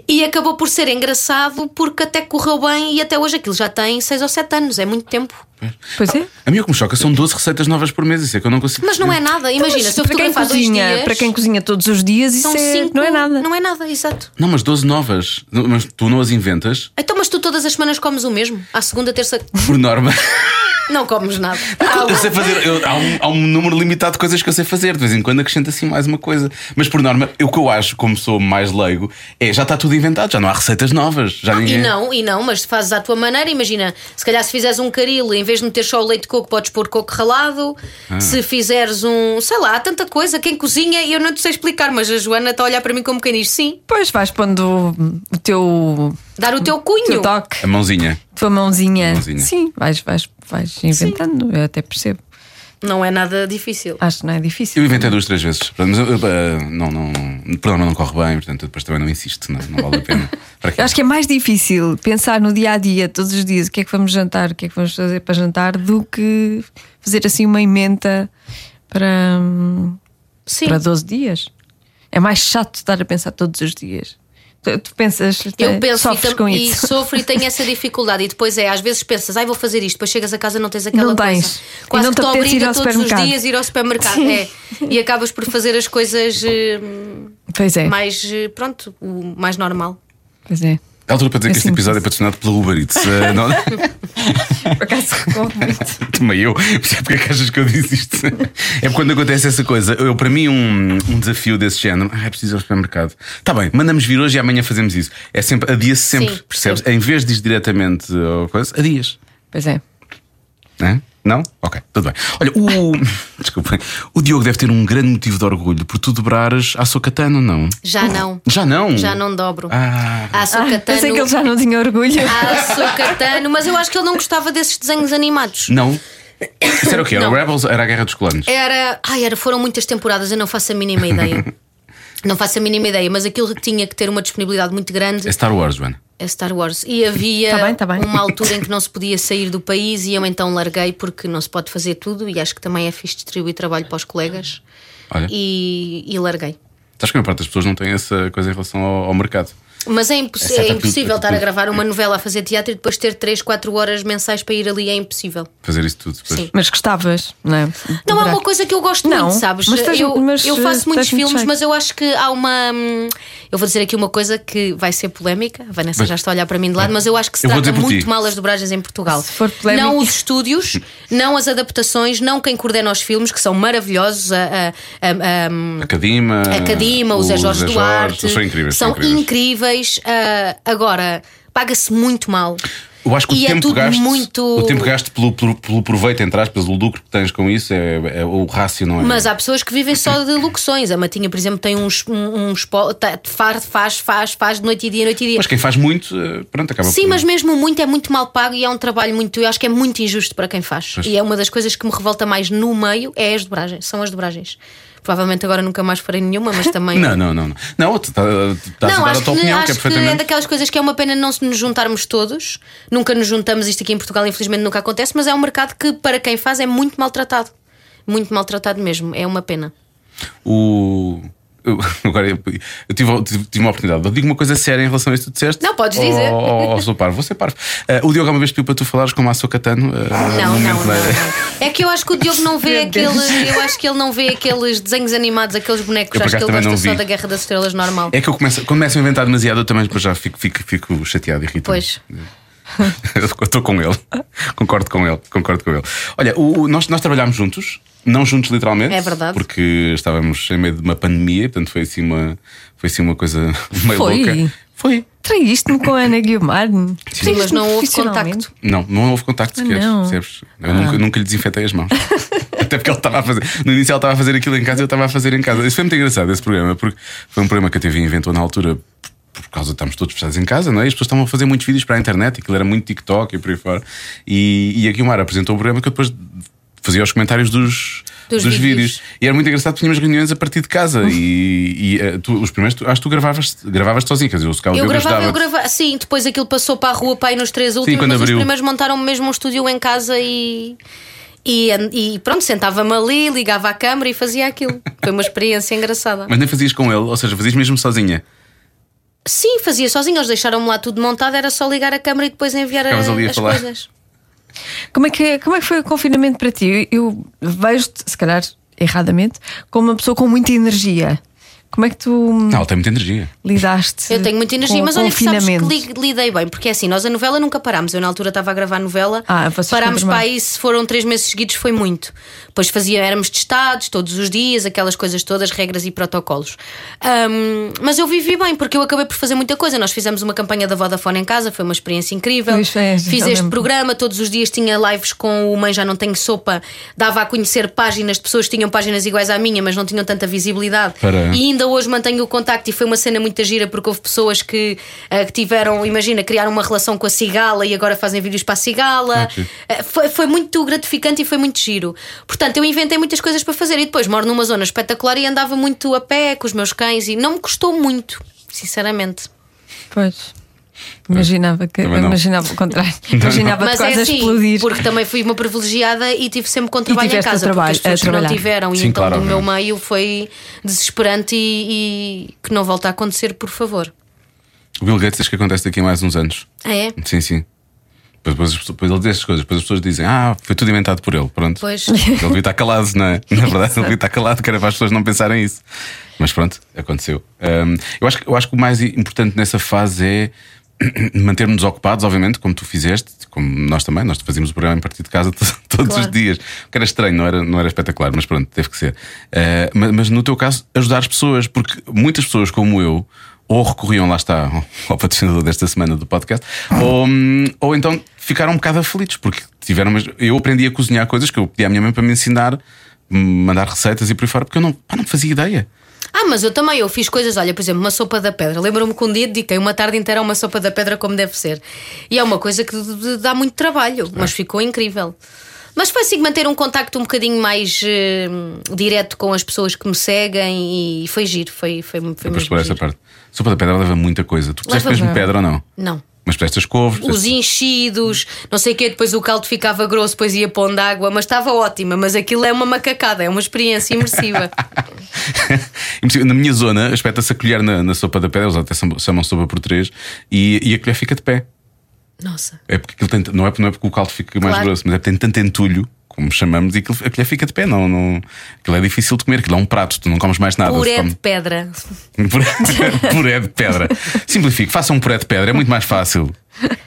E acabou por ser engraçado porque até correu bem e até hoje aquilo já tem 6 ou 7 anos, é muito tempo.
Pois.
Pois é.
A mim o que me choca são 12 receitas novas por mês, isso é que eu não consigo.
Mas não é nada, imagina,
Então, Mas
se eu
para quem
fotografar dois
cozinha,
dias,
para quem cozinha todos os dias, isso
são
é-
cinco,
não é nada.
Não é nada, exato.
Não, mas 12 novas. Não, Mas tu não as inventas,
Então, mas tu todas as semanas comes o mesmo? À segunda, terça,
por norma.
não comes nada.
Eu sei fazer, eu- há, um, há um número limitado de coisas que eu sei fazer, de vez em quando acrescento assim mais uma coisa. Mas por norma, eu- o que eu acho, como sou mais leigo, é já está tudo inventado, já não há receitas novas. Já
Ah, E
ninguém...
não, e não, mas fazes à tua maneira. Imagina, se calhar se fizeres um caril, em vez de meter só o leite de coco, podes pôr coco ralado. Se fizeres um, sei lá, há tanta coisa. Quem cozinha, eu não te sei explicar, mas a Joana está a olhar para mim como quem diz sim,
Pois vais pondo o teu,
dar o teu
o teu
cunho.
toque,
A mãozinha.
a tua mãozinha.
Mãozinha.
Sim, vais, vais, vais inventando, eu até percebo.
Não é nada difícil.
Acho que não é difícil.
Eu inventei duas, três vezes. Mas eu, eu, eh, não, não, não, por norma não corre bem, portanto eu depois também não insisto, não, não vale a pena. Para quê?
Eu acho que é mais difícil pensar no dia a dia, todos os dias, o que é que vamos jantar, o que é que vamos fazer para jantar, do que fazer assim uma emenda para, hum,
Sim.
para 12 dias. É mais chato estar a pensar todos os dias. Tu, tu pensas,
Eu
eh,
penso
sofres
e, tam-
com
e
isso.
sofro e tenho essa dificuldade. E depois é, às vezes pensas, ai vou fazer isto, depois chegas a casa e não tens aquela
Não tens.
coisa.
E
Quase
não
que
te
te
apetece ir
obriga
ao
todos os
supermercado.
dias a ir ao supermercado. É. E acabas por fazer as coisas hum,
Pois é,
mais, eh, pronto, o mais normal.
pois é.
A altura para dizer
Eu
que este
sinto
episódio é
isso.
patrocinado pela Uber Eats. eh, não-
Por acaso recordo muito.
Também eu, percebe porque é que achas que eu disse isto? É porque quando acontece essa coisa, eu, para mim, um, um desafio desse género, ah, é preciso ir ao supermercado. Está bem, mandamos vir hoje e amanhã fazemos isso. É sempre, adia-se sempre,
Sim,
percebes?
sim.
Em vez de ir diretamente ao coisa, adias.
Pois é.
Né? Não? Ok, tudo bem. Olha, o. Desculpem. O Diogo deve ter um grande motivo de orgulho por tu dobrares à socatana, não?
Já não.
Já não?
Já não dobro.
Ah,
Há
Uhum. Pensei que ele
sucatano.
já não tinha orgulho.
Há sucatano, mas eu acho que ele não gostava desses desenhos animados.
não. Isso era o quê? Era o
Não.
Rebels? Era a Guerra dos Clones?
Era. Ai, era, foram muitas temporadas, eu não faço a mínima ideia. não faço a mínima ideia, mas aquilo que tinha que ter uma disponibilidade muito grande
É Star Wars, Joana.
é Star Wars. E havia
Tá bem, tá bem.
uma altura em que não se podia sair do país e eu então larguei porque não se pode fazer tudo e acho que também é fixe distribuir trabalho para os colegas
Olha.
e, e larguei.
Sabes que a maior parte das pessoas não tem essa coisa em relação ao, ao mercado.
Mas é, imposs-
É certo,
é
é tudo-
impossível
é
estar a
tudo.
gravar uma novela a fazer teatro e depois ter 3, 4 horas mensais para ir ali, é impossível.
Fazer isso tudo. depois.
Sim.
Mas gostavas, não é?
Não Então há
Dobrar.
uma coisa que eu gosto
Não,
muito, sabes?
mas tens-
eu,
mas,
eu
eh,
faço muitos
tens muito
filmes,
jeito.
mas eu acho que há uma. hum, Eu vou dizer aqui uma coisa que vai ser polémica. A Vanessa
Bem.
já está a olhar para mim de lado, mas eu acho que se
É. Eu vou
trata
dizer por
muito
ti.
mal as dobragens em Portugal.
Se for polémica-
Não os estúdios, não as adaptações, não quem coordena os filmes, que são maravilhosos. A, a, a- a-
A Cadima.
a Cadima, o Zé Jorge Duarte.
São incríveis.
São
incríveis.
incríveis. ah, agora, paga-se muito mal.
Eu acho que
E
o
é
tempo
tudo
gasto,
muito-
o tempo gasto pelo, pelo, pelo proveito, entre aspas, pelo lucro que tens com isso, é, é o rácio, não é?
Mas há pessoas que vivem só de locuções. A Matinha, por exemplo, tem uns. Um, uns po- tá- faz, faz, faz, faz de noite e dia, noite e dia.
Mas quem faz muito, eh, pronto, acaba
Sim,
por-
mas mesmo muito é muito mal pago e é um trabalho muito. Eu acho que é muito injusto para quem faz.
Pois.
E é uma das coisas que me revolta mais no meio é as dobragens. São as dobragens. Provavelmente agora nunca mais farei nenhuma, mas também.
Não, não, não. Não, não tu tá- tu estás
Não,
a dar a
acho,
tua
que,
opinião, que é
acho que é
perfeitamente.
daquelas coisas que é uma pena não se nos juntarmos todos. Nunca nos juntamos, isto aqui em Portugal, infelizmente, nunca acontece, mas é um mercado que, para quem faz, é muito maltratado. Muito maltratado mesmo. É uma pena.
O. eu- Agora eu eu tive, tive- tive uma oportunidade. Eu digo uma coisa séria em relação a isso que tu disseste.
Não, podes dizer.
Ou, ou, ou sou parvo, vou ser parvo. Eh, o Diogo alguma vez pediu para tu falares como a sua Catano. eh,
Não,
no
não,
momento
não,
da-
não. É que eu acho que o Diogo não vê
Meu Deus.
aqueles. Eu acho que ele não vê aqueles desenhos animados, aqueles bonecos.
Eu, por
acho que
acaso,
ele
também
gosta
não
só
vi.
da Guerra das Estrelas normal.
É que eu começo, quando começam a inventar demasiado, eu também depois já fico, fico, fico chateado e irritado.
Pois.
Eu Estou com ele. Concordo com ele. Concordo com ele. Olha, o- o- nós, nós trabalhámos juntos, não juntos literalmente.
É verdade.
Porque estávamos em meio de uma pandemia, portanto foi assim uma, foi assim uma coisa meio
Foi?
louca. Foi.
Traíste-me com a Ana Guiomar.
Sim,
mas não houve
Profissionalmente.
contacto.
Não, não houve contacto
Ah,
sequer,
não.
percebes? Eu nunca,
Ah.
nunca lhe desinfetei as mãos. Até porque ele estava a fazer. No início ele estava a fazer aquilo em casa e eu estava a fazer em casa. Isso foi muito engraçado, esse programa, porque foi um programa que a TV inventou na altura. por- Por causa de estarmos todos fechados em casa, não é? E as pessoas estavam a fazer muitos vídeos para a internet, aquilo era muito TikTok e por aí fora. E, e a Guilmar apresentou um programa que eu depois fazia os comentários dos,
Dos
dos
vídeos.
vídeos. E era muito engraçado, tínhamos reuniões a partir de casa e, e, eh, tu- os primeiros, tu, acho que tu gravavas, gravavas sozinho, quer dizer, o Scout
Eu gravava, eu
ajudava-te.
gravava. Sim, depois aquilo passou para a rua para ir nos três últimos,
quando
mas
abriu.
os primeiros montaram mesmo um estúdio em casa e. E, e pronto, sentava-me ali, ligava à câmara e fazia aquilo. Foi uma experiência engraçada.
Mas nem fazias com ele, ou seja, fazias mesmo sozinha.
Sim, fazia sozinho, eles deixaram-me lá tudo montado, era só ligar a câmara e depois enviar a-
Ficavas ali a
as
falar.
coisas.
Como é, que, como é que foi o confinamento para ti? Eu, eu vejo-te, se calhar erradamente, como uma pessoa com muita energia. Como é que tu hum,
Não, ela tem muita energia.
lidaste?
Eu tenho muita energia,
com o
mas olha que sabes que
confinamento?
li- lidei bem, porque é assim, nós a novela nunca parámos. Eu na altura estava a gravar novela,
Ah, vocês
parámos para
continuaram.
aí, se foram três meses seguidos, foi muito. Pois fazia, éramos testados todos os dias, aquelas coisas todas, regras e protocolos. Ahm, mas eu vivi bem, porque eu acabei por fazer muita coisa. Nós fizemos uma campanha da Vodafone em casa, foi uma experiência incrível.
Pois é,
Fiz
eu
este
lembro.
programa, todos os dias tinha lives com o Mãe Já Não Tenho Sopa, dava a conhecer páginas de pessoas que tinham páginas iguais à minha, mas não tinham tanta visibilidade.
Para-
E ainda hoje mantenho o contacto e foi uma cena muito gira porque houve pessoas que, eh, que tiveram, imagina, criaram uma relação com a cigala e agora fazem vídeos para a cigala.
Ah, que giro.
Eh, Foi, foi muito gratificante e foi muito giro. Portanto, eu inventei muitas coisas para fazer e depois moro numa zona espetacular e andava muito a pé com os meus cães e não me custou muito, sinceramente.
Pois. Imaginava que
Também não.
imaginava o contrário. Imaginava-te
Mas
quase
é
a
assim,
explodir.
porque também fui uma privilegiada e tive sempre com trabalho em
tiveste
casa,
o trabalho,
porque as
a
pessoas que não
trabalhar.
tiveram, e
Sim,
então
claro,
do meu
obviamente.
meio foi desesperante e, e que não volta a acontecer, por favor.
O Bill Gates diz que acontece daqui a mais uns anos.
Ah, é?
Sim, sim. Depois, depois, as pessoas- depois ele diz estas coisas, depois as pessoas dizem, ah, foi tudo inventado por ele. Pronto.
Pois.
Ele devia estar calado, não é? Na verdade, ele devia estar calado, que era para as pessoas não pensarem isso. Mas pronto, aconteceu. Hum, eu, acho, que- eu acho que o mais importante nessa fase é manter-nos ocupados, obviamente, como tu fizeste, como nós também, nós fazíamos o programa em partir de casa to- todos
Claro.
os dias. O que era estranho, não era, não era espetacular, mas pronto, teve que ser. Eh, ma- mas, no teu caso, ajudar as pessoas, porque muitas pessoas como eu. Ou recorriam, lá está, ao patrocinador desta semana do podcast, ou, hum, ou então ficaram um bocado aflitos, porque tiveram. umas- Eu aprendi a cozinhar coisas que eu pedi à minha mãe para me ensinar, hum, mandar receitas e por aí fora, porque eu não, pá, não fazia ideia.
Ah, mas eu também, eu fiz coisas, olha, por exemplo, uma sopa da pedra. Lembro-me que um dia dediquei uma tarde inteira a uma sopa da pedra como deve ser. E é uma coisa que d- d- dá muito trabalho,
É.
mas ficou incrível. Mas foi assim que manter um contacto um bocadinho mais eh, direto com as pessoas que me seguem e foi giro, foi, foi, foi,
Para
mesmo
explorar essa
giro.
parte. Sopa da pedra leva muita coisa. Tu puseste
Leva
bem.
mesmo pedra ou não?
Não.
Mas puseste as couves.
Os
puseste-
enchidos, não sei o quê, depois o caldo ficava grosso, depois ia pondo água, mas estava ótima. Mas aquilo é uma macacada, é uma experiência imersiva.
Impossível. Na minha zona, espeta-se a colher na, na sopa da pedra, eles até chamam- chamam sopa por três, e, e a colher fica de pé.
Nossa.
É porque aquilo tem- não, é, não é porque o caldo fica mais
Claro.
grosso, mas é porque tem tanto entulho, como chamamos, e aquilo, a colher fica de pé. Não, não, aquilo é difícil de comer, aquilo é um prato, tu não comes mais nada. se
Puré
come-
de pedra.
Puré, puré de pedra. Simplifico, faça um puré de pedra, é muito mais fácil.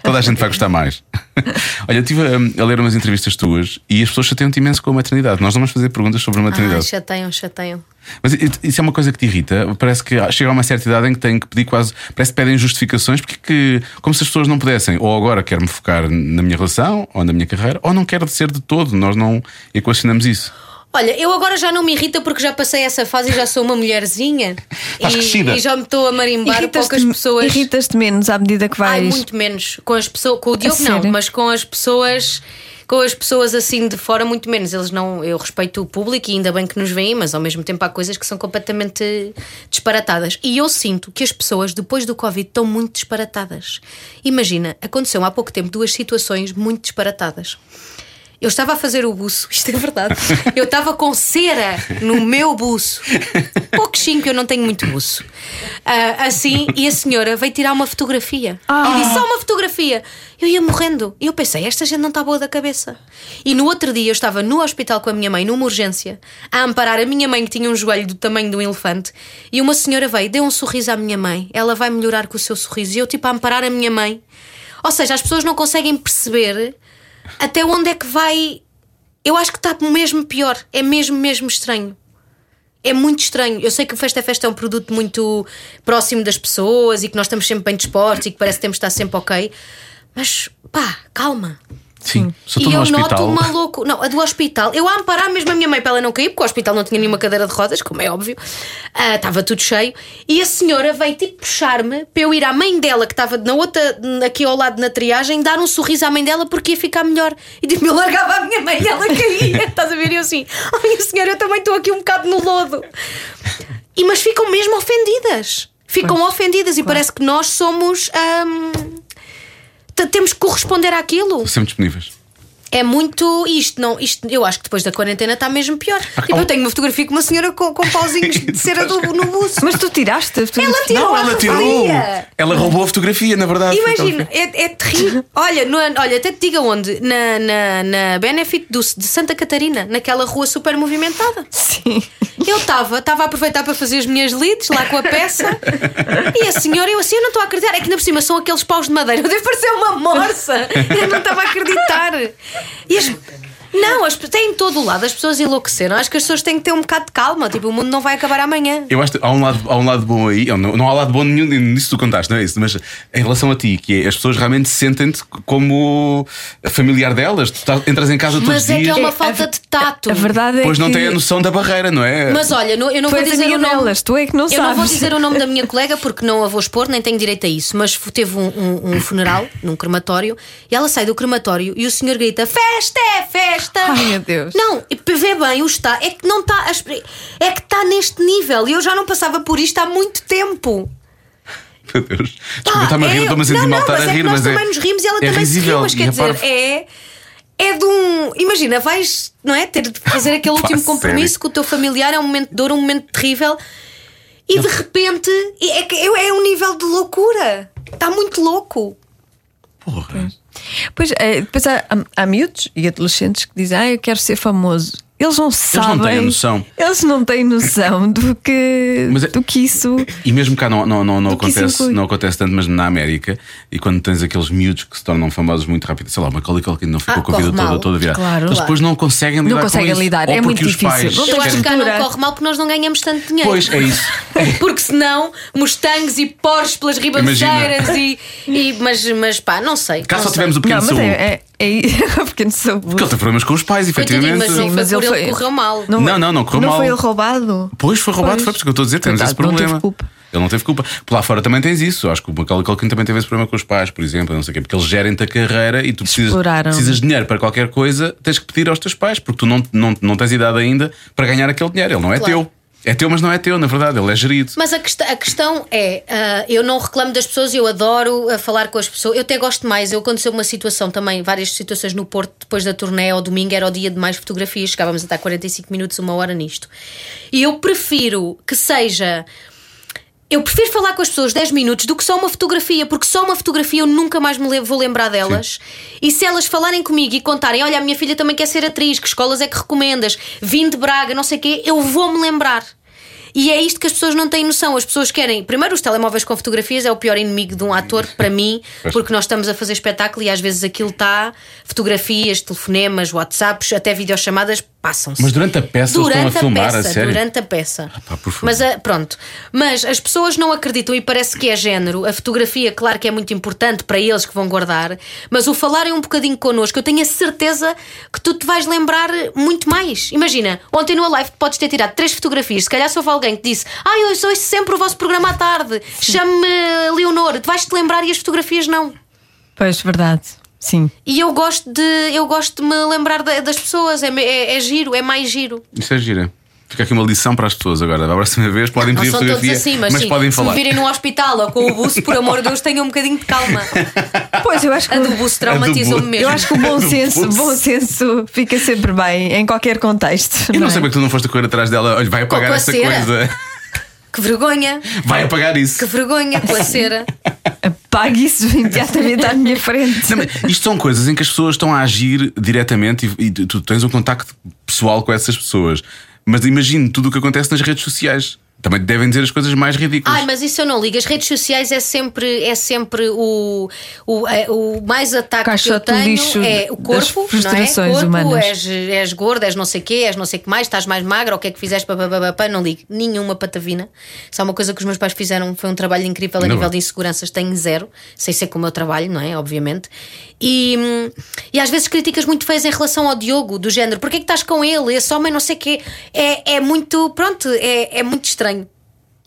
Toda a gente vai gostar mais. Olha, eu estive a, a ler umas entrevistas tuas e as pessoas chateiam-te imenso com a maternidade. Nós não vamos fazer perguntas sobre a
Ai,
maternidade.
chateiam, chateiam.
Mas i- isso é uma coisa que te irrita. Parece que chega a uma certa idade em que têm que pedir quase. Parece que pedem justificações porque é que- como se as pessoas não pudessem. Ou agora quero-me focar na minha relação ou na minha carreira, ou não quero ser de todo. Nós não equacionamos isso.
Olha, eu agora já não me irrita porque já passei essa fase e já sou uma mulherzinha.
Estás crescida.
e, e já me estou a marimbar poucas pessoas.
irritas-te menos à medida que
Ai,
vais.
muito menos. Com as pessoas, com o Diogo não,
sério?
mas com as pessoas. Com as pessoas assim de fora, muito menos. Eles não. Eu respeito o público e ainda bem que nos veem, mas ao mesmo tempo há coisas que são completamente disparatadas. E eu sinto que as pessoas, depois do Covid, estão muito disparatadas. Imagina, aconteceu há pouco tempo duas situações muito disparatadas. Eu estava a fazer o buço, isto é verdade. Eu estava com cera no meu buço. Pouquinho que eu não tenho muito buço. Ah, assim, e a senhora veio tirar uma fotografia. E disse só uma fotografia. Eu ia morrendo. E eu pensei, esta gente não está boa da cabeça. E no outro dia eu estava no hospital com a minha mãe, numa urgência, a amparar a minha mãe que tinha um joelho do tamanho de um elefante. E uma senhora veio, deu um sorriso à minha mãe. Ela vai melhorar com o seu sorriso. E eu, tipo, a amparar a minha mãe. Ou seja, as pessoas não conseguem perceber até onde é que vai. Eu acho que está mesmo pior. É mesmo, mesmo estranho. É muito estranho. Eu sei que o Festa é Festa é um produto muito próximo das pessoas e que nós estamos sempre bem dispostos e que parece que temos de estar sempre ok. Mas pá, calma.
Sim, só
E
estou no
eu noto
hospital.
uma louco. Não, a do hospital. Eu a amparar mesmo a minha mãe para ela não cair, porque o hospital não tinha nenhuma cadeira de rodas, como é óbvio. Ah, Estava tudo cheio. E a senhora veio tipo puxar-me para eu ir à mãe dela, que estava na outra, aqui ao lado na triagem, dar um sorriso à mãe dela porque ia ficar melhor. E tipo, eu largava a minha mãe e ela caía. Estás a ver? E eu assim, oh minha senhora, eu também estou aqui um bocado no lodo. E mas ficam mesmo ofendidas. Ficam ofendidas e parece que nós somos. ahm, t- temos que corresponder àquilo.
Sempre disponíveis.
É muito isto, não, isto, eu acho que depois da quarentena está mesmo pior. Tipo, eu tenho uma fotografia com uma senhora com, com pauzinhos de cera do, no buço.
Mas tu tiraste a
Ela
fotografia?
tirou
Não,
a
ela tirou.
fotografia.
Ela roubou a fotografia, na verdade.
Imagina, é, é terrível. olha, no, ano- olha, até te diga onde. Na, na, na Benefit do- de Santa Catarina, naquela rua super movimentada.
Sim.
Eu estava, estava a aproveitar para fazer as minhas leads lá com a peça. E a senhora, eu assim, eu não estou a acreditar. É que ainda por cima são aqueles paus de madeira. Deve parecer uma morsa. Eu não estava a acreditar. E as- Não, as, tem em todo o lado, as pessoas enlouqueceram. Acho que as pessoas têm que ter um bocado de calma. Tipo, o mundo não vai acabar amanhã.
Eu acho que há um lado, há um lado bom aí, não, não há lado bom nenhum nisso que tu contaste, não é isso? Mas em relação a ti, que é, as pessoas realmente sentem-te como familiar delas. Tu tá- entras em casa todos os
Mas é
dias,
que é uma
a
falta
ver-
de tato.
A verdade é
depois
que.
não têm a noção da barreira, não é?
Mas olha, não- eu não
Tu
vou
és
dizer
amiga
o nome.
delas, tu é que não
eu não vou
sabes.
dizer o nome da minha colega porque não a vou expor, nem tenho direito a isso. Mas f- teve um, um- um funeral num crematório e ela sai do crematório e o senhor grita: Festa, é festa!
Ai, meu Deus.
Não, e p- vê bem, o está. É que não está. a expre- É que está neste nível e eu já não passava por isto há muito tempo.
Meu Deus.
Pá,
Desculpa, está-me a rir,
é-
estou-me a
não,
sentir
não,
mal estar
mas
a
é
rir,
que nós
mas é.
também nos rimos e ela
é
também se
risível
riu, mas
e
quer
é
dizer,
parvo.
é. É de um. Imagina, vais, não é? Ter de fazer aquele
Pá,
último
sério.
compromisso com o teu familiar, é um momento de dor, um momento terrível e de repente e é, que- é, um nível de loucura. Está muito louco.
Porra.
Pois, eh, depois há, há- há miúdos e adolescentes que dizem, ah, eu quero ser famoso. Eles não sabem.
não têm a noção.
Eles não têm noção do que,
Mas é-
do que isso.
E mesmo cá não, não, não, não
Do que isso
acontece,
inclui.
não acontece tanto, mas na América, e quando tens aqueles miúdos que se tornam famosos muito rápido, sei lá, uma Macaulay Culkin não ficou
Ah,
com a vida
corre
toda,
mal.
toda virada.
Claro.
Eles depois não conseguem lidar
conseguem
com isso,
lidar,
ou
é muito
porque os
difícil.
pais
Não
Eu
tens
acho que cá não
estrutura.
corre mal porque nós não ganhamos tanto dinheiro.
Pois, é isso.
Porque senão, Mustangs e Porsche pelas ribanceiras e, e- mas, mas pá, não sei.
Cá
não
só
sei.
tivemos o pequeno
não, mas
Saúl.
é, é, é pequeno saúde.
Porque ele teve problemas com os pais,
Coitadinho,
efetivamente.
mas não
Sim,
foi
mas
por
ele
ele que
foi-
correu mal.
Não, não, não, correu
Não
mal.
foi ele roubado.
Pois foi roubado,
Pois.
foi, porque eu estou a dizer, temos
Coitado,
esse problema.
Não teve culpa.
Ele não teve culpa. Por lá fora também tens isso. Eu Acho que o Macaulay Culkin também teve esse problema com os pais, por exemplo, não sei o quê, porque eles gerem-te a carreira e tu precisas,
Exploraram.
precisas de dinheiro para qualquer coisa, tens que pedir aos teus pais, porque tu não, não, não tens idade ainda para ganhar aquele dinheiro. Ele não é
Claro.
teu. É teu, mas não é teu, na verdade, ele é gerido.
Mas a, quest- a questão é, ah, eu não reclamo das pessoas, eu adoro ah, falar com as pessoas, eu até gosto mais. Eu aconteceu uma situação também, várias situações no Porto, depois da turnê ao domingo, era o dia de mais fotografias, chegávamos até 45 minutos, uma hora nisto. E eu prefiro que seja. Eu prefiro falar com as pessoas 10 minutos do que só uma fotografia, porque só uma fotografia eu nunca mais me le- vou lembrar delas. E se elas falarem comigo e contarem: olha, a minha filha também quer ser atriz, que escolas é que recomendas, vim de Braga, não sei o quê, eu vou-me lembrar. E é isto que as pessoas não têm noção. As pessoas querem. Primeiro, os telemóveis com fotografias é o pior inimigo de um ator, para mim,
Pois.
porque nós estamos a fazer espetáculo e às vezes aquilo está. Fotografias, telefonemas, WhatsApps, até videochamadas passam-se.
Mas durante a peça eles
Durante
estão a filmar,
peça,
a sério?
Durante a peça.
pá, por favor.
Mas a- pronto. Mas as pessoas não acreditam e parece que é género. A fotografia, claro que é muito importante para eles que vão guardar, mas o falarem um bocadinho connosco, eu tenho a certeza que tu te vais lembrar muito mais. Imagina, ontem numa live podes ter tirado três fotografias, se calhar se houve alguém que disse: Ah, eu ouço sempre o vosso programa à tarde, chame-me Leonor, tu vais-te lembrar e as fotografias não.
Pois, verdade. Sim.
E eu gosto de, eu gosto de me lembrar da- das pessoas, é, me- é- é giro, é mais giro.
Isso é gira. Fica aqui uma lição para as pessoas agora. Da próxima vez podem
Não
pedir
são todos
fotografia,
assim, mas, sim,
podem
se
falar.
me virem no hospital ou com o buço, por amor de Deus, tenham um bocadinho de calma.
Pois, eu acho que.
A do buço
A do
traumatizou-me
buço.
mesmo.
Eu acho que o bom
Do
senso,
buço.
bom senso fica sempre bem, em qualquer contexto.
Eu
não
não
é?
sei como é que tu não foste correr atrás dela. Olha, vai apagar
com a
essa
cera.
coisa.
Que vergonha,
Vai apagar isso.
que vergonha com a cera.
Apague isso imediatamente à minha frente.
Não, mas isto são coisas em que as pessoas estão a agir diretamente e, e tu tens um contacto pessoal com essas pessoas. Mas imagino tudo o que acontece nas redes sociais. Também devem dizer as coisas mais ridículas.
Ai, mas isso eu não ligo. As redes sociais é sempre, é sempre o, o, é, o mais ataque
Caixote
que eu
do
tenho
um lixo
é o
das
corpo, não é?
frustrações
corpo,
humanas.
És, és gorda, és não sei o quê, és não sei o que mais, estás mais magra, o que é que fizeste, pá, pá, pá, pá, pá, não ligo. Nenhuma patavina. Se há uma coisa que os meus pais fizeram, foi um trabalho incrível a
Ainda
nível
bem.
de inseguranças, tenho zero, sem ser com o meu trabalho, não é? Obviamente. E, hum, e às vezes críticas muito feias em relação ao Diogo, do género, porquê é que estás com ele? Esse homem não sei o quê. É, é muito, pronto, é, é muito estranho.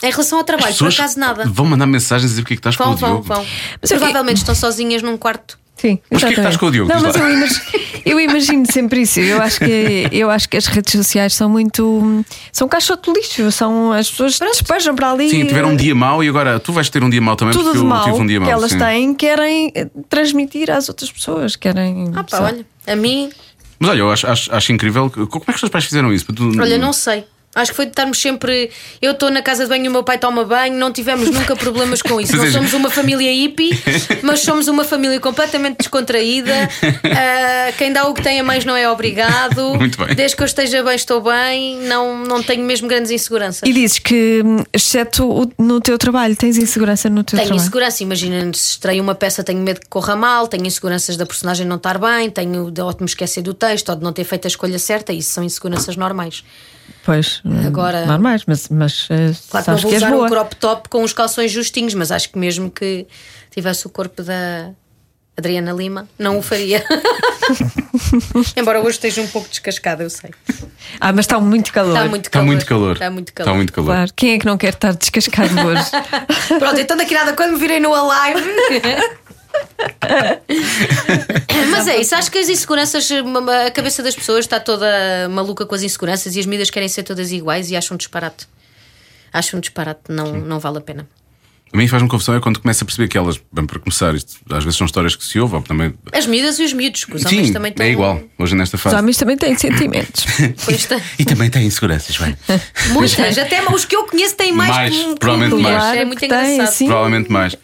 Em relação ao trabalho, por acaso nada.
Vão mandar mensagens a dizer porque é que estás com
Vão,
o Diogo.
vão, vão.
Mas
Provavelmente estão sozinhas num quarto.
Sim,
Mas porquê é
exatamente.
que estás com o Diogo?
Não,
Diz
mas
lá.
eu imagino, eu imagino sempre isso. Eu acho, que, eu acho que as redes sociais são muito. são um caixote de lixo. São, as pessoas despejam para ali.
Sim, tiveram um dia mau e agora tu vais ter um dia mau também
Tudo
porque
de
eu
mal
tive um dia mau.
que elas
sim.
têm, querem eh, transmitir às outras pessoas. Querem.
Ah, pá,
sei lá.
olha. A mim,
Mas olha, eu acho, acho, acho incrível. que- Como é que os teus pais fizeram isso? Tu-
olha, não sei. Acho que foi de estarmos sempre. Eu estou na casa de banho e o meu pai toma banho, não tivemos nunca problemas com isso. Não
Mas é-
somos uma família hippie, mas somos uma família completamente descontraída. Ah, quem dá o que tem a mais não é obrigado.
Muito bem.
Desde que eu esteja bem, estou bem. Não, não tenho mesmo grandes inseguranças.
E dizes que, hum, exceto o- no teu trabalho, tens insegurança no teu
Tenho
trabalho.
insegurança, imagina se estreio uma peça, tenho medo que corra mal, tenho inseguranças da personagem não estar bem, tenho de, ou de me esquecer do texto, ou de não ter feito a escolha certa, isso são inseguranças normais.
Pois, hum,
Agora-
normais, mas, mas eh,
Claro que não
sabes
vou
que és
usar
boa.
um crop top com os calções justinhos, mas acho que mesmo que tivesse o corpo da Adriana Lima, não o faria. Embora hoje esteja um pouco descascada, eu sei.
Ah, mas está muito calor.
Está muito
Está
calor.
Tá muito calor.
Está muito
Está
calor.
muito calor.
Claro, quem é que não quer estar descascado hoje?
Pronto, então daqui a nada, quando me virem no Alive. Mas é isso, acho que as inseguranças, a cabeça das pessoas está toda maluca com as inseguranças e as medidas querem ser todas iguais e acham um disparate. Acham um disparate, não, não vale a pena.
A mim faz-me confusão é quando começo a perceber que elas, bem, para começar, isto às vezes são histórias que se ouvem, ou também.
As medidas e os miúdos, que os homens
Sim,
também
é
têm.
igual, hoje nesta
Os
fase.
homens também têm sentimentos.
Pois tem.
E também tem inseguranças, bem.
Muitas, até os que eu conheço têm mais,
Mais,
que um- que um
provavelmente
dois.
mais.
É
Claro
muito
que têm,
engraçado.
sim.
Provavelmente mais.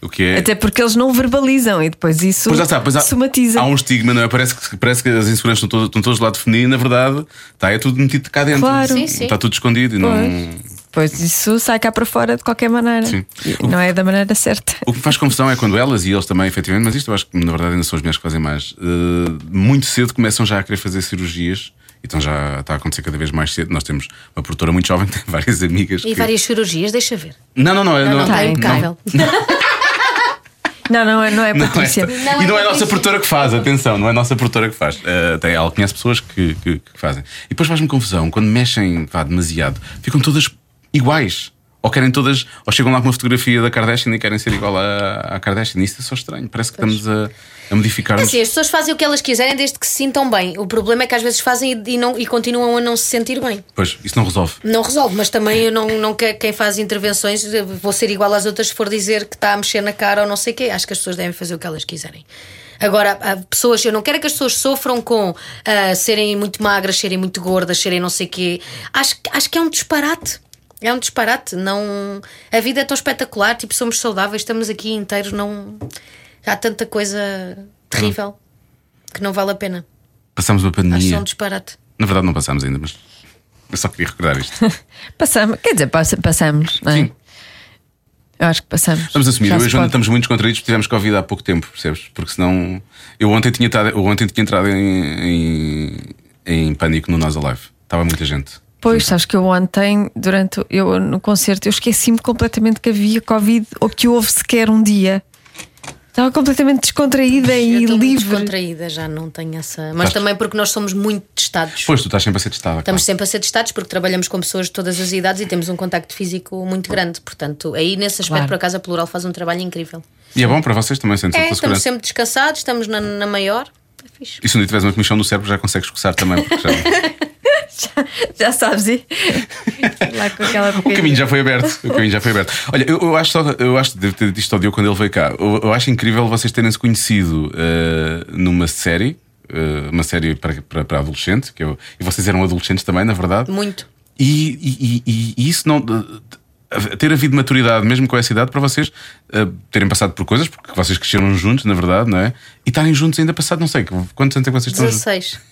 O que é.
Até porque eles não verbalizam e depois isso
Pois lá está, pois há,
somatiza.
há um estigma, não é? Parece que, parece que as inseguranças estão todas, estão todas lá definidas e, na verdade, está, é tudo metido cá dentro.
Claro.
Sim, sim.
Está tudo escondido e não.
Pois isso sai cá para fora de qualquer maneira.
hum. Sim.
E Não é da maneira certa.
O que me faz confusão é quando elas e eles também, efetivamente, mas isto eu acho que na verdade ainda são as mulheres que fazem mais, eh, muito cedo começam já a querer fazer cirurgias. Então já está a acontecer cada vez mais cedo. Nós temos uma produtora muito jovem, que tem várias amigas.
E
que-
várias cirurgias, deixa ver.
Não, não, não.
Não, não, está
não,
impecável.
Não, não, é- não é
Não,
Patrícia.
esta- e não é a nossa produtora que faz, atenção, não é a nossa produtora que faz. Eh, tem, ela conhece pessoas que, que- que fazem. E depois faz-me confusão, quando mexem vá, demasiado, ficam todas iguais. Ou querem todas, ou chegam lá com uma fotografia da Kardashian e querem ser igual à, à Kardashian. Isso é só estranho. Parece que estamos a, a
É
modificar-nos.
assim, as pessoas fazem o que elas quiserem desde que se sintam bem. O problema é que às vezes fazem e, e não, e continuam a não se sentir bem.
Pois, isso não resolve.
Não resolve, mas também eu não, não que- quem faz intervenções eu vou ser igual às outras se for dizer que está a mexer na cara ou não sei o quê. Acho que as pessoas devem fazer o que elas quiserem. Agora, há pessoas, eu não quero é que as pessoas sofram com ah, serem muito magras, serem muito gordas, serem não sei o quê. Acho, que- acho que é um disparate. É um disparate. Não, a vida é tão espetacular, tipo, somos saudáveis, estamos aqui inteiros, não há tanta coisa terrível que não vale a pena.
Passámos uma
Acho que é
pandemia.
um disparate.
Na verdade, não passámos ainda, mas eu só queria recordar isto.
Passamos, quer dizer, passa- passamos, não é?
Sim.
Eu acho que passamos.
Vamos assumir,
Já
eu e
se
a Joana
pode.
estamos muito descontraídos porque tivemos Covid há pouco tempo, percebes? Porque senão. Eu ontem tinha, tado- eu ontem tinha entrado em, em, em pânico no Nós Alive. Estava muita gente.
Pois, sabes que eu ontem, durante o- eu no concerto, eu esqueci-me completamente que havia Covid ou que houve sequer um dia. Estava completamente descontraída
Eu
e
estou muito
livre.
descontraída, já não tenho essa. Mas
Estás-
também porque nós somos muito testados.
Pois, tu estás sempre a ser testada.
Estamos
claro.
sempre a ser testados porque trabalhamos com pessoas de todas as idades e temos um contacto físico muito grande. Portanto, aí nesse aspecto,
Claro.
por acaso, a Plural faz um trabalho incrível.
E é bom para vocês também, sentem
É,
pela segurança.
estamos sempre descansados, estamos na, na maior. É fixe.
E se um dia tiveres uma comissão no cérebro, já consegues coçar também. Porque já...
Já sabes, e lá com aquela
o caminho já foi aberto. O caminho já foi aberto. Olha, eu, eu acho só, eu acho, devo ter dito isto ao Diogo quando ele veio cá. Eu, eu acho incrível vocês terem se conhecido eh, numa série, eh, uma série para, para, para adolescente, que eu, e vocês eram adolescentes também, na verdade.
Muito.
E, e- e- e isso não. Ter havido maturidade, mesmo com essa idade, para vocês eh, terem passado por coisas, porque vocês cresceram juntos, na verdade, não é? E estarem juntos ainda passado, não sei, quantos anos é que vocês estão juntos?
16.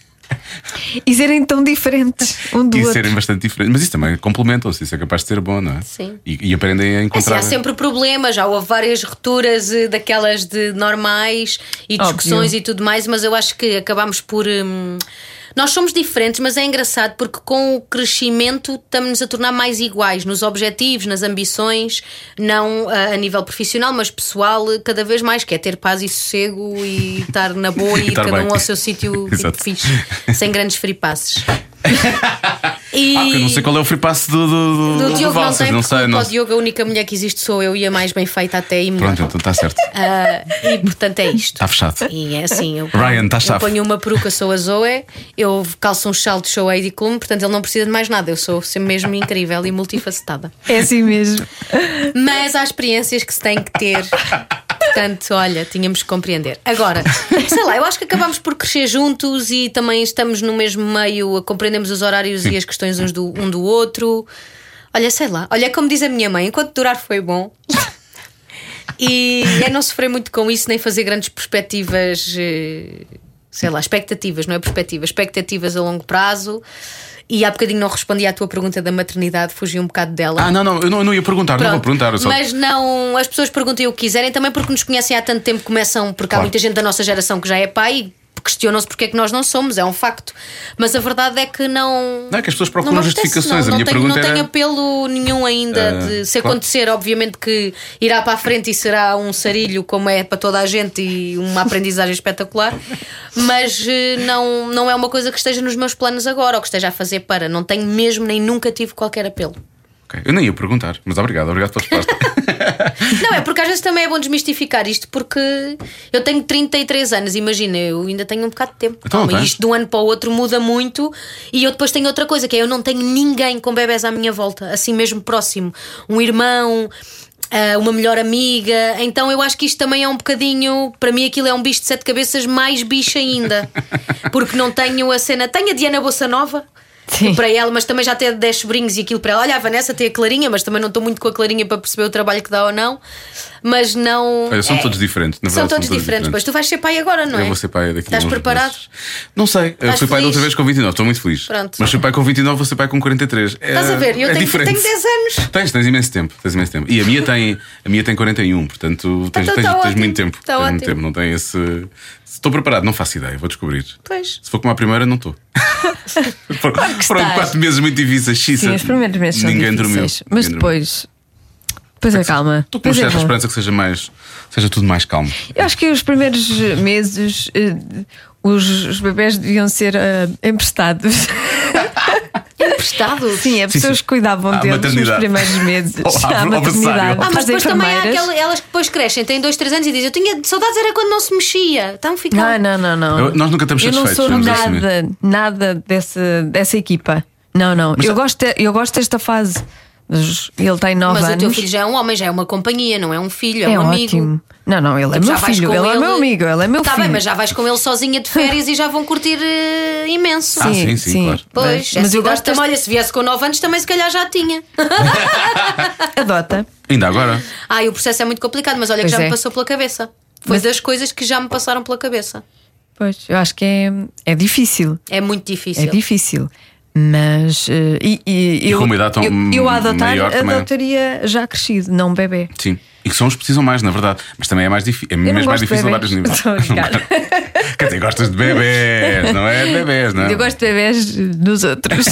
E serem tão diferentes um do
E
outro.
serem bastante diferentes. Mas isso também complementam-se, isso é capaz de ser bom, não é?
Sim.
E, e aprendem a
É assim,
encontrar.
há sempre problemas, já houve várias rupturas eh, daquelas de normais e
Óbvio.
discussões e tudo mais, mas eu acho que acabámos por. hum, nós somos diferentes, mas é engraçado porque com o crescimento estamos-nos a tornar mais iguais nos objetivos, nas ambições, não ah, a nível profissional, mas pessoal, eh, cada vez mais, que é ter paz e sossego e estar na boa
E
e,
estar
cada
bem.
um ao seu sítio tipo,
Exato.
fixe, sem grandes fripasses. e...
Ah, porque eu não sei qual é o free pass do, do, do,
Do
do
Diogo não
Valsas,
tem,
não
porque
sei.
para
Não...
o Diogo a única mulher que existe sou eu e a mais bem feita até e melhor.
Pronto, então está certo.
Ah, e portanto é isto.
Está fechado.
E é assim, eu,
Ryan, tá estás
eu
safo.
ponho uma peruca, sou a Zoe, eu calço um salto, sou a Heidi Klum, portanto ele não precisa de mais nada, eu sou sempre mesmo incrível e multifacetada.
É assim mesmo.
Mas há experiências que se tem que ter Portanto, olha, tínhamos que compreender. Agora, sei lá, eu acho que acabamos por crescer juntos e também estamos no mesmo meio, compreendemos os horários e as questões uns do, um do outro. Olha, sei lá. Olha, é como diz a minha mãe, enquanto durar foi bom. E é não sofrer muito com isso, nem fazer grandes perspectivas, eh, sei lá, expectativas, não é perspectivas, expectativas a longo prazo. E há bocadinho não respondi à tua pergunta da maternidade, fugi um bocado dela.
Ah, não, não, eu não, eu não ia perguntar, não vou
Pronto.
perguntar. eu Só...
Mas não, as pessoas perguntem o que quiserem, também porque nos conhecem há tanto tempo, começam, porque há
Claro.
muita gente da nossa geração que já é pai e questionam-se porque é que nós não somos, é um facto. Mas a verdade é que não.
Não, é que as pessoas procuram
me apetece,
justificações.
Não,
A
não
minha
tem,
pergunta
não tem
era-
apelo nenhum ainda
Ah,
de se
claro.
acontecer, obviamente que irá para a frente e será um sarilho, como é para toda a gente, e uma aprendizagem espetacular, mas eh, não, não é uma coisa que esteja nos meus planos agora ou que esteja a fazer para. Não tenho mesmo nem nunca tive qualquer apelo.
Ok, Eu nem ia perguntar, mas obrigado, obrigado pela resposta.
Não, é porque às vezes também é bom desmistificar isto, porque eu tenho 33 anos, imagina, eu ainda tenho um bocado de tempo.
Então,
Calma,
ok.
isto de um ano para o outro muda muito e eu depois tenho outra coisa, que é eu não tenho ninguém com bebés à minha volta, assim mesmo próximo. Um irmão. ah, uma melhor amiga, então eu acho que isto também é um bocadinho, para mim aquilo é um bicho de sete cabeças, mais bicho ainda, porque não tenho a cena. Tenho a Diana Bossa Nova,
Sim.
para ela, mas também já tem 10 sobrinhos e aquilo para ela. Olha, a Vanessa tem a Clarinha, mas também não estou muito com a Clarinha para perceber o trabalho que dá ou não. Mas não.
Olha, são
é,
todos diferentes, na
São
verdade.
todos diferentes, mas tu vais ser pai agora, não é?
Eu vou ser pai daqui a
Estás
uns
preparado?
meses. Não sei, eu
Estás
fui pai da outra
feliz?
vez com 29, estou muito feliz.
Pronto.
Mas fui pai com 29, vou ser pai com 43. É-
Estás a ver? Eu
é
tenho,
diferente.
tenho 10 anos.
Tens, tens imenso tempo, tens imenso tempo. E a minha tem, a minha tem 41, portanto tens,
Então
tens,
tá
tens
ótimo,
muito tempo.
tá
tens muito
ótimo.
tempo, não tem esse. Estou preparado, não faço ideia, vou descobrir.
Pois.
Se for como a primeira, não estou. Foram foram
estás.
quatro meses muito difíceis, xiça.
Sim, os primeiros meses são
é Ninguém
difíceis,
dormiu.
Mas
Ninguém dormiu.
depois. Depois acalma.
Estou com uma
Depois é
certa
bom.
esperança que seja mais. seja tudo mais calmo.
Eu acho que os primeiros meses eh, os, os bebés deviam ser eh, emprestados.
Emprestado.
Sim, as pessoas
sim.
que cuidavam
À
deles nos
maternidade.
primeiros meses.
Ao- ao-
à
ao
maternidade.
berçário.
Ah, mas
Às
depois também há
enfermeiras.
aquela- elas que depois crescem, têm 2, 3 anos e dizem: Eu tinha saudades, era quando não se mexia. Então ficava.
Não, não, não, não.
Eu- nós nunca estamos
Eu não
satisfeitos,
sou
vamos
nada, nada dessa, dessa equipa. Não, não. eu, gosto de- eu gosto desta fase. Dos- Ele tem nove
Mas o
anos.
teu filho já é um homem, já é uma companhia, não é um filho, é,
é
um amigo. Tipo,
ótimo. Não, não, ele é
Já
meu
vais
filho.
com
Ele, é meu amigo. Ele é meu
tá
filho.
bem, mas já vais com ele sozinha de férias e já vão curtir eh, imenso.
Ah, sim, sim, claro.
Pois,
mas eu gosto
também, olha, se viesse com 9 anos também se calhar já tinha.
desta- Adota.
Ainda agora.
Ai, o processo é muito complicado, mas olha
Pois
que já
é.
me passou pela cabeça. Foi das coisas que já me passaram pela cabeça.
Pois, eu acho que é, é difícil.
É muito difícil.
É difícil. Mas eh, e, e, eu,
com uma idade tão
eu, eu a adotar,
maior também.
adotaria já crescido, não um bebê.
Sim. E que são os que precisam mais, na verdade. Mas também é mais difícil. É
Eu não
mesmo mais
gosto
difícil
de
a vários
bebés.
níveis.
Estou a brincar.
Quer dizer, gostas de bebés, não é? De Bebés, não é?
Eu gosto de bebés dos outros.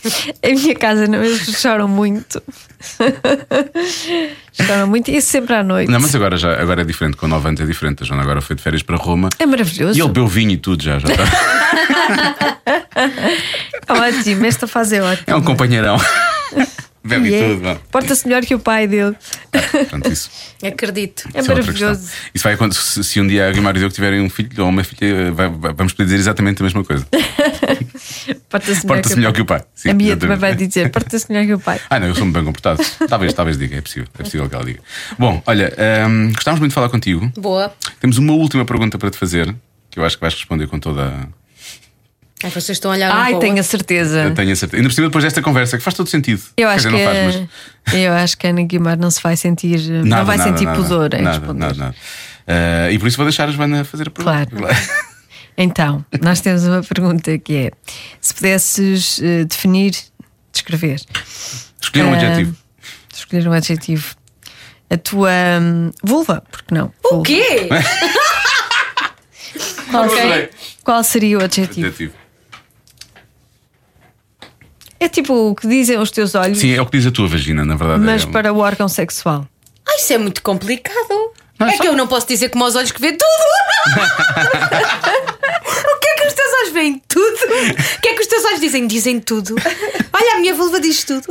em minha casa não, eles choram muito. choram muito e sempre à noite.
Não, mas agora, já, agora é diferente. Com 9 anos é diferente. A Joana agora foi de férias para Roma.
É maravilhoso.
E ele bebeu vinho e tudo já. tá. já está.
É ótimo, esta fase é ótima.
É um companheirão. Bebe
E é-
tudo. vá.
Porta-se melhor que o pai dele.
Portanto, isso.
Acredito.
É
Isso outra
maravilhoso.
questão. Isso vai acontecer se, se um dia a Guimarães e eu tiverem um filho ou uma filha, vai- vai- vamos poder dizer exatamente a mesma coisa.
Porta-se melhor,
Porta-se melhor que o pai. Sim,
A minha também
exatamente.
vai dizer: porta-se melhor que o pai.
Ah, não, eu sou-me bem comportado. Talvez, talvez diga, é possível, é possível que ela diga. Bom, olha, hum, gostávamos muito de falar contigo.
Boa.
Temos uma última pergunta para te fazer, que eu acho que vais responder com toda a.
Ai, vocês estão a olhar um
Ai,
para o
tenho a
outro.
certeza.
Eu tenho a certeza. Ainda por cima, depois desta conversa, que faz todo sentido.
Ah. Eu
Quer
acho,
dizer, não faz,
que,
mas.
eu acho que a Ana Guimar não se vai sentir, não
Nada,
vai
nada,
sentir
nada,
pudor em
nada,
responder.
Nada, nada. Ah, e por isso vou deixar a Joana fazer a pergunta.
Claro. Então, nós temos uma pergunta que é: se pudesses eh, definir, descrever,
Escolher um
Ah,
adjetivo.
escolher um adjetivo, a tua hum, vulva, porque não?
O
vulva.
quê?
Qual,
Ok. adorei.
qual seria o adjetivo?
Adjetivo.
É tipo o que dizem os teus olhos,
Sim, é o que diz a tua vagina, na verdade.
mas
é um-
para o órgão sexual.
Ai, isso é muito complicado.
Não, é
é
só-
que eu não posso dizer como aos olhos que vê tudo. o que é que os teus olhos veem? Tudo. O que é que os teus olhos dizem? Dizem tudo. Olha, a minha vulva diz tudo.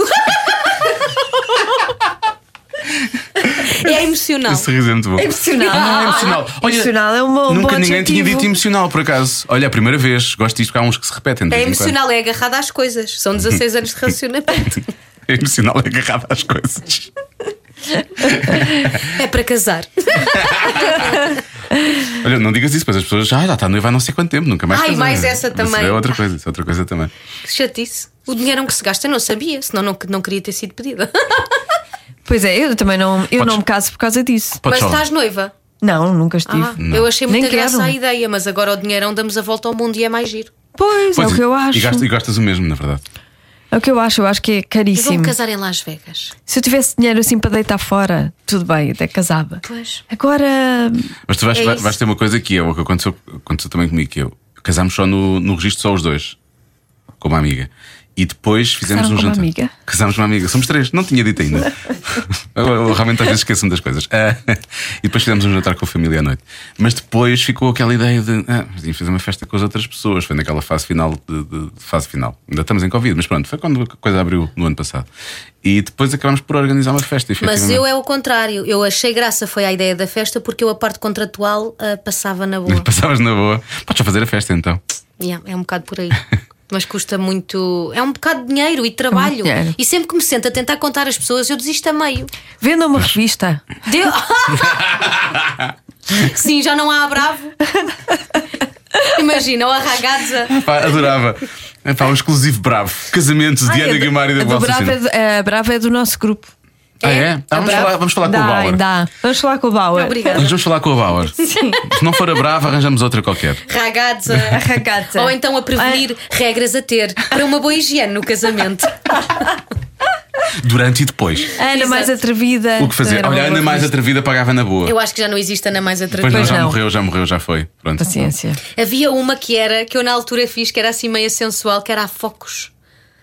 é emocional.
Esse riso é muito bom.
Emocional.
Ah, emocional. Olha,
Emocional é uma- um
Nunca
bom
ninguém tinha
adjetivo.
dito emocional, por acaso. Olha, a primeira vez. Gosto disto, porque há uns que se repetem. de
É
vez em quando.
emocional, é agarrada às coisas. São 16 anos de relacionamento.
É emocional agarrado às coisas.
É para casar.
Olha, não digas isso, pois as pessoas já, já está noiva há não sei quanto tempo, nunca mais
Ai,
casou.
mais essa também.
Isso é outra coisa, isso é outra coisa também.
Que chatice. O dinheiro é um que se gasta eu não sabia, senão não, não queria ter sido pedida.
Pois é, eu também não, eu
Podes-
não me caso por causa disso.
Podes
Mas
falar.
estás noiva.
Não, nunca estive.
Ah, eu achei
Nem
muita
quero.
graça a ideia, mas agora o dinheirão damos a volta ao mundo e é mais giro.
Pois, é o que eu acho.
E gastas, e gastas o mesmo, na verdade.
É o que eu acho, eu acho que é
E vão
caríssimo.
casar em Las Vegas.
Se eu tivesse dinheiro assim para deitar fora, tudo bem, até casava.
Pois.
Agora,
Mas tu vais,
É
vai-
isso.
vais ter uma coisa que é o que aconteceu, aconteceu também comigo, que eu casámos só no, no registro, só os dois, com uma amiga. E depois fizemos
Casaram
um
com uma
jantar.
amiga?
Casámos com uma amiga. Somos três, não tinha dito ainda. eu, eu realmente às vezes esqueço-me das coisas. Ah, e depois fizemos um jantar com a família à noite. Mas depois ficou aquela ideia de ah, mas tinha que fazer uma festa com as outras pessoas. Foi naquela fase final de, de- de fase final. Ainda estamos em Covid, mas pronto, foi quando a coisa abriu no ano passado. E depois acabámos por organizar uma festa.
Mas
efetivamente.
eu é o contrário. Eu achei graça foi a ideia da festa porque eu a parte contratual ah, passava na boa.
Passavas na boa. Podes só fazer a festa então.
Yeah, é um bocado por aí. Mas custa muito. É um bocado de dinheiro e trabalho.
dinheiro.
E sempre que me sento a tentar contar as pessoas, eu desisto a meio.
venda uma revista.
Deu- Sim, já não há a Bravo. Imagina, o Arragaza.
Pá, adorava. É, Pá, um exclusivo bravo. Casamentos de Ana Guimarães e da
do
Balsa
Brava, é
Sena.
do- a Brava é do nosso grupo.
Ah, é? Ah, vamos,
Bravo.
falar, vamos falar com o
Dá,
Bauer.
dá. Vamos falar com o Bauer.
Obrigada.
Nós vamos falar com o Bauer. Se não for a brava, arranjamos outra qualquer.
Ragazza.
ragazza.
Ou então a prevenir regras a ter para uma boa higiene no casamento.
Durante e depois.
A Ana
Exato.
mais atrevida.
O que fazer?
Era uma
Olha, a Ana
boa
mais
revista.
atrevida pagava na boa.
Eu acho que já não existe Ana mais
Depois
atrevida.
não,
Pois
já
não.
morreu, já morreu, já foi. Pronto.
Paciência.
Havia uma que era, que eu na altura fiz, que era assim meia sensual, que era a Focos.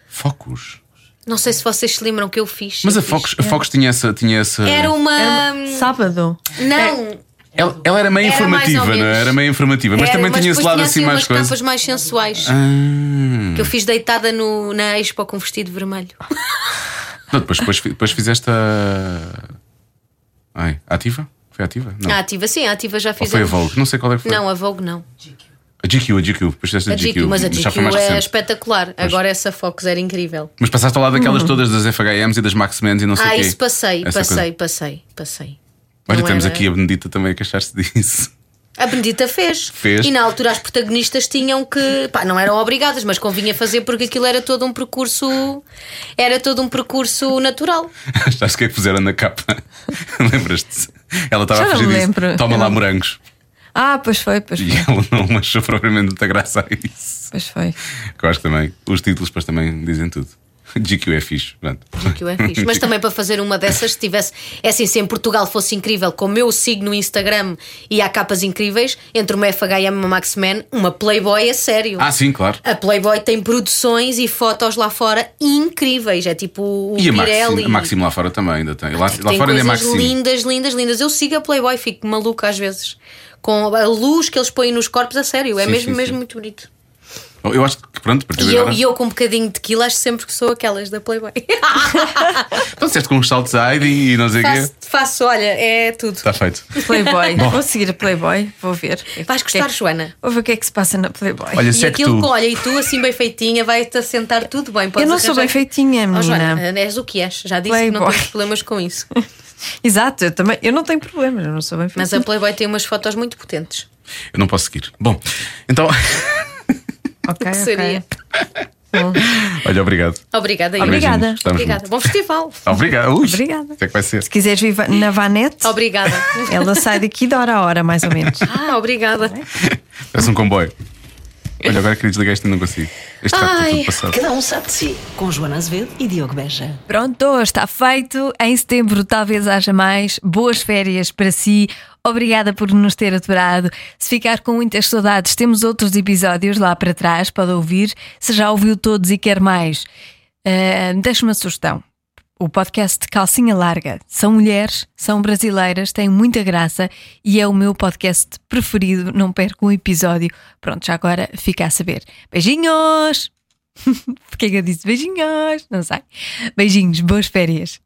Focos.
Não sei se vocês se lembram que eu fiz.
Mas
Eu
a
fiz.
Focos, a Focus tinha essa. Tinha essa...
Era um- uma. hum, É,
Sábado.
Não.
Ela, ela era meio
Era
informativa,
mais ou
não
menos.
é? Era meio informativa, mas
Era,
também tinha esse
depois
lado
tinha,
assim mais
umas
coisa. Ah.
capas mais sensuais. Que eu fiz deitada no, na Expo com um vestido vermelho.
Ah. Não, depois, depois, depois fizeste a. Ai, ativa? Foi ativa? Não.
Ah, A ativa, sim, a ativa já
Ou
fiz.
foi a Vogue? Não sei qual é que foi.
Não, a Vogue não.
A GQ, a GQ, depois fizeste
A GQ, mas a
já
GQ
foi mais
é
recente.
espetacular. Agora essa Focus era incrível.
Mas passaste ao lado daquelas todas das FHMs e das Max Men's e não sei o
Hum. Ah,
quê.
isso passei,
Essa
passei,
coisa.
passei, passei.
Olha,
Não
temos
era-
aqui a Benedita também a queixar-se disso.
A Benedita fez.
Fez.
E na altura as protagonistas tinham que. Pá, não eram obrigadas, mas convinha fazer porque aquilo era todo um percurso. Era todo um percurso natural.
Sabes o que é que fizeram na capa? Lembras-te? Ela estava
Já
a fugir
não me
disso.
lembro.
Toma
Eu
lá
não-
morangos.
Ah, pois foi, pois
E
foi.
ela não achou propriamente muita graça a isso.
Pois foi.
Que eu acho que também. Os títulos depois também dizem tudo. GQ é fixe. Pronto.
Que eu é fixe. Mas também para fazer uma dessas, se tivesse. É assim, se em Portugal fosse incrível, como eu sigo no Instagram e há capas incríveis, entre uma FH e uma Max Man, uma Playboy é sério.
Ah, sim, claro.
A Playboy tem produções e fotos lá fora incríveis. É tipo o
E a
Pirelli.
Maximo, a Maximo lá fora também ainda tem. Lá, lá
tem
fora ainda é
coisas
Maximo.
lindas, lindas, lindas. Eu sigo a Playboy, fico maluca às vezes. Com a luz que eles põem nos corpos, a sério. É
Sim,
mesmo,
sim,
mesmo
sim.
muito bonito.
Oh, Eu acho que pronto, a partir de
E eu,
agora.
e eu com um bocadinho de quilo, acho sempre que sou aquelas da Playboy.
Então disseste com uns saltos à Heidi e não sei o quê.
faço, faço, olha, é tudo.
Está feito.
Playboy. vou seguir a Playboy, vou ver.
Vais gostar,
Que é que-
Joana.
Vou ver o que é que se passa na Playboy.
Olha,
E
se é que
aquilo
tu.
com, olha, e tu assim bem feitinha, vai-te assentar tudo bem. podes
Eu não sou
arranjar-
bem feitinha,
Oh,
menina.
Joana, és o que és. Já disse que não
Playboy.
tens problemas com isso.
Exato, eu também. Eu não tenho problemas, eu não sou bem
Mas
feitinha.
a Playboy tem umas fotos muito potentes.
Eu não posso seguir. Bom, então.
Ok,
que
ok.
seria?
Olha, obrigado.
Obrigada, Iris.
Obrigada.
Beijinhos, estamos
Obrigada. Bom festival.
juntos. Obrigado. Ui,
Obrigada.
O que é que vai ser?
Se quiseres vir va- na Vanette,
Obrigada.
ela sai daqui de hora a hora, mais ou menos.
Ah, obrigada.
Parece um comboio. Olha, agora queria desligar isto e não consigo. Este rato está
Ai.
tudo passado.
Cada um sabe de si. Com Joana Azevedo e Diogo Beja.
Pronto, está feito. Em setembro talvez haja mais. Boas férias para si. Obrigada por nos ter aturado. Se ficar com muitas saudades, temos outros episódios lá para trás para ouvir. Se já ouviu todos e quer mais, ah, deixe-me uma sugestão. O podcast de Calcinha Larga. São mulheres, são brasileiras, têm muita graça e é o meu podcast preferido. Não perco um episódio. Pronto, já agora fica a saber. Beijinhos! Porque é que eu disse beijinhos? Não sei. Beijinhos, boas férias.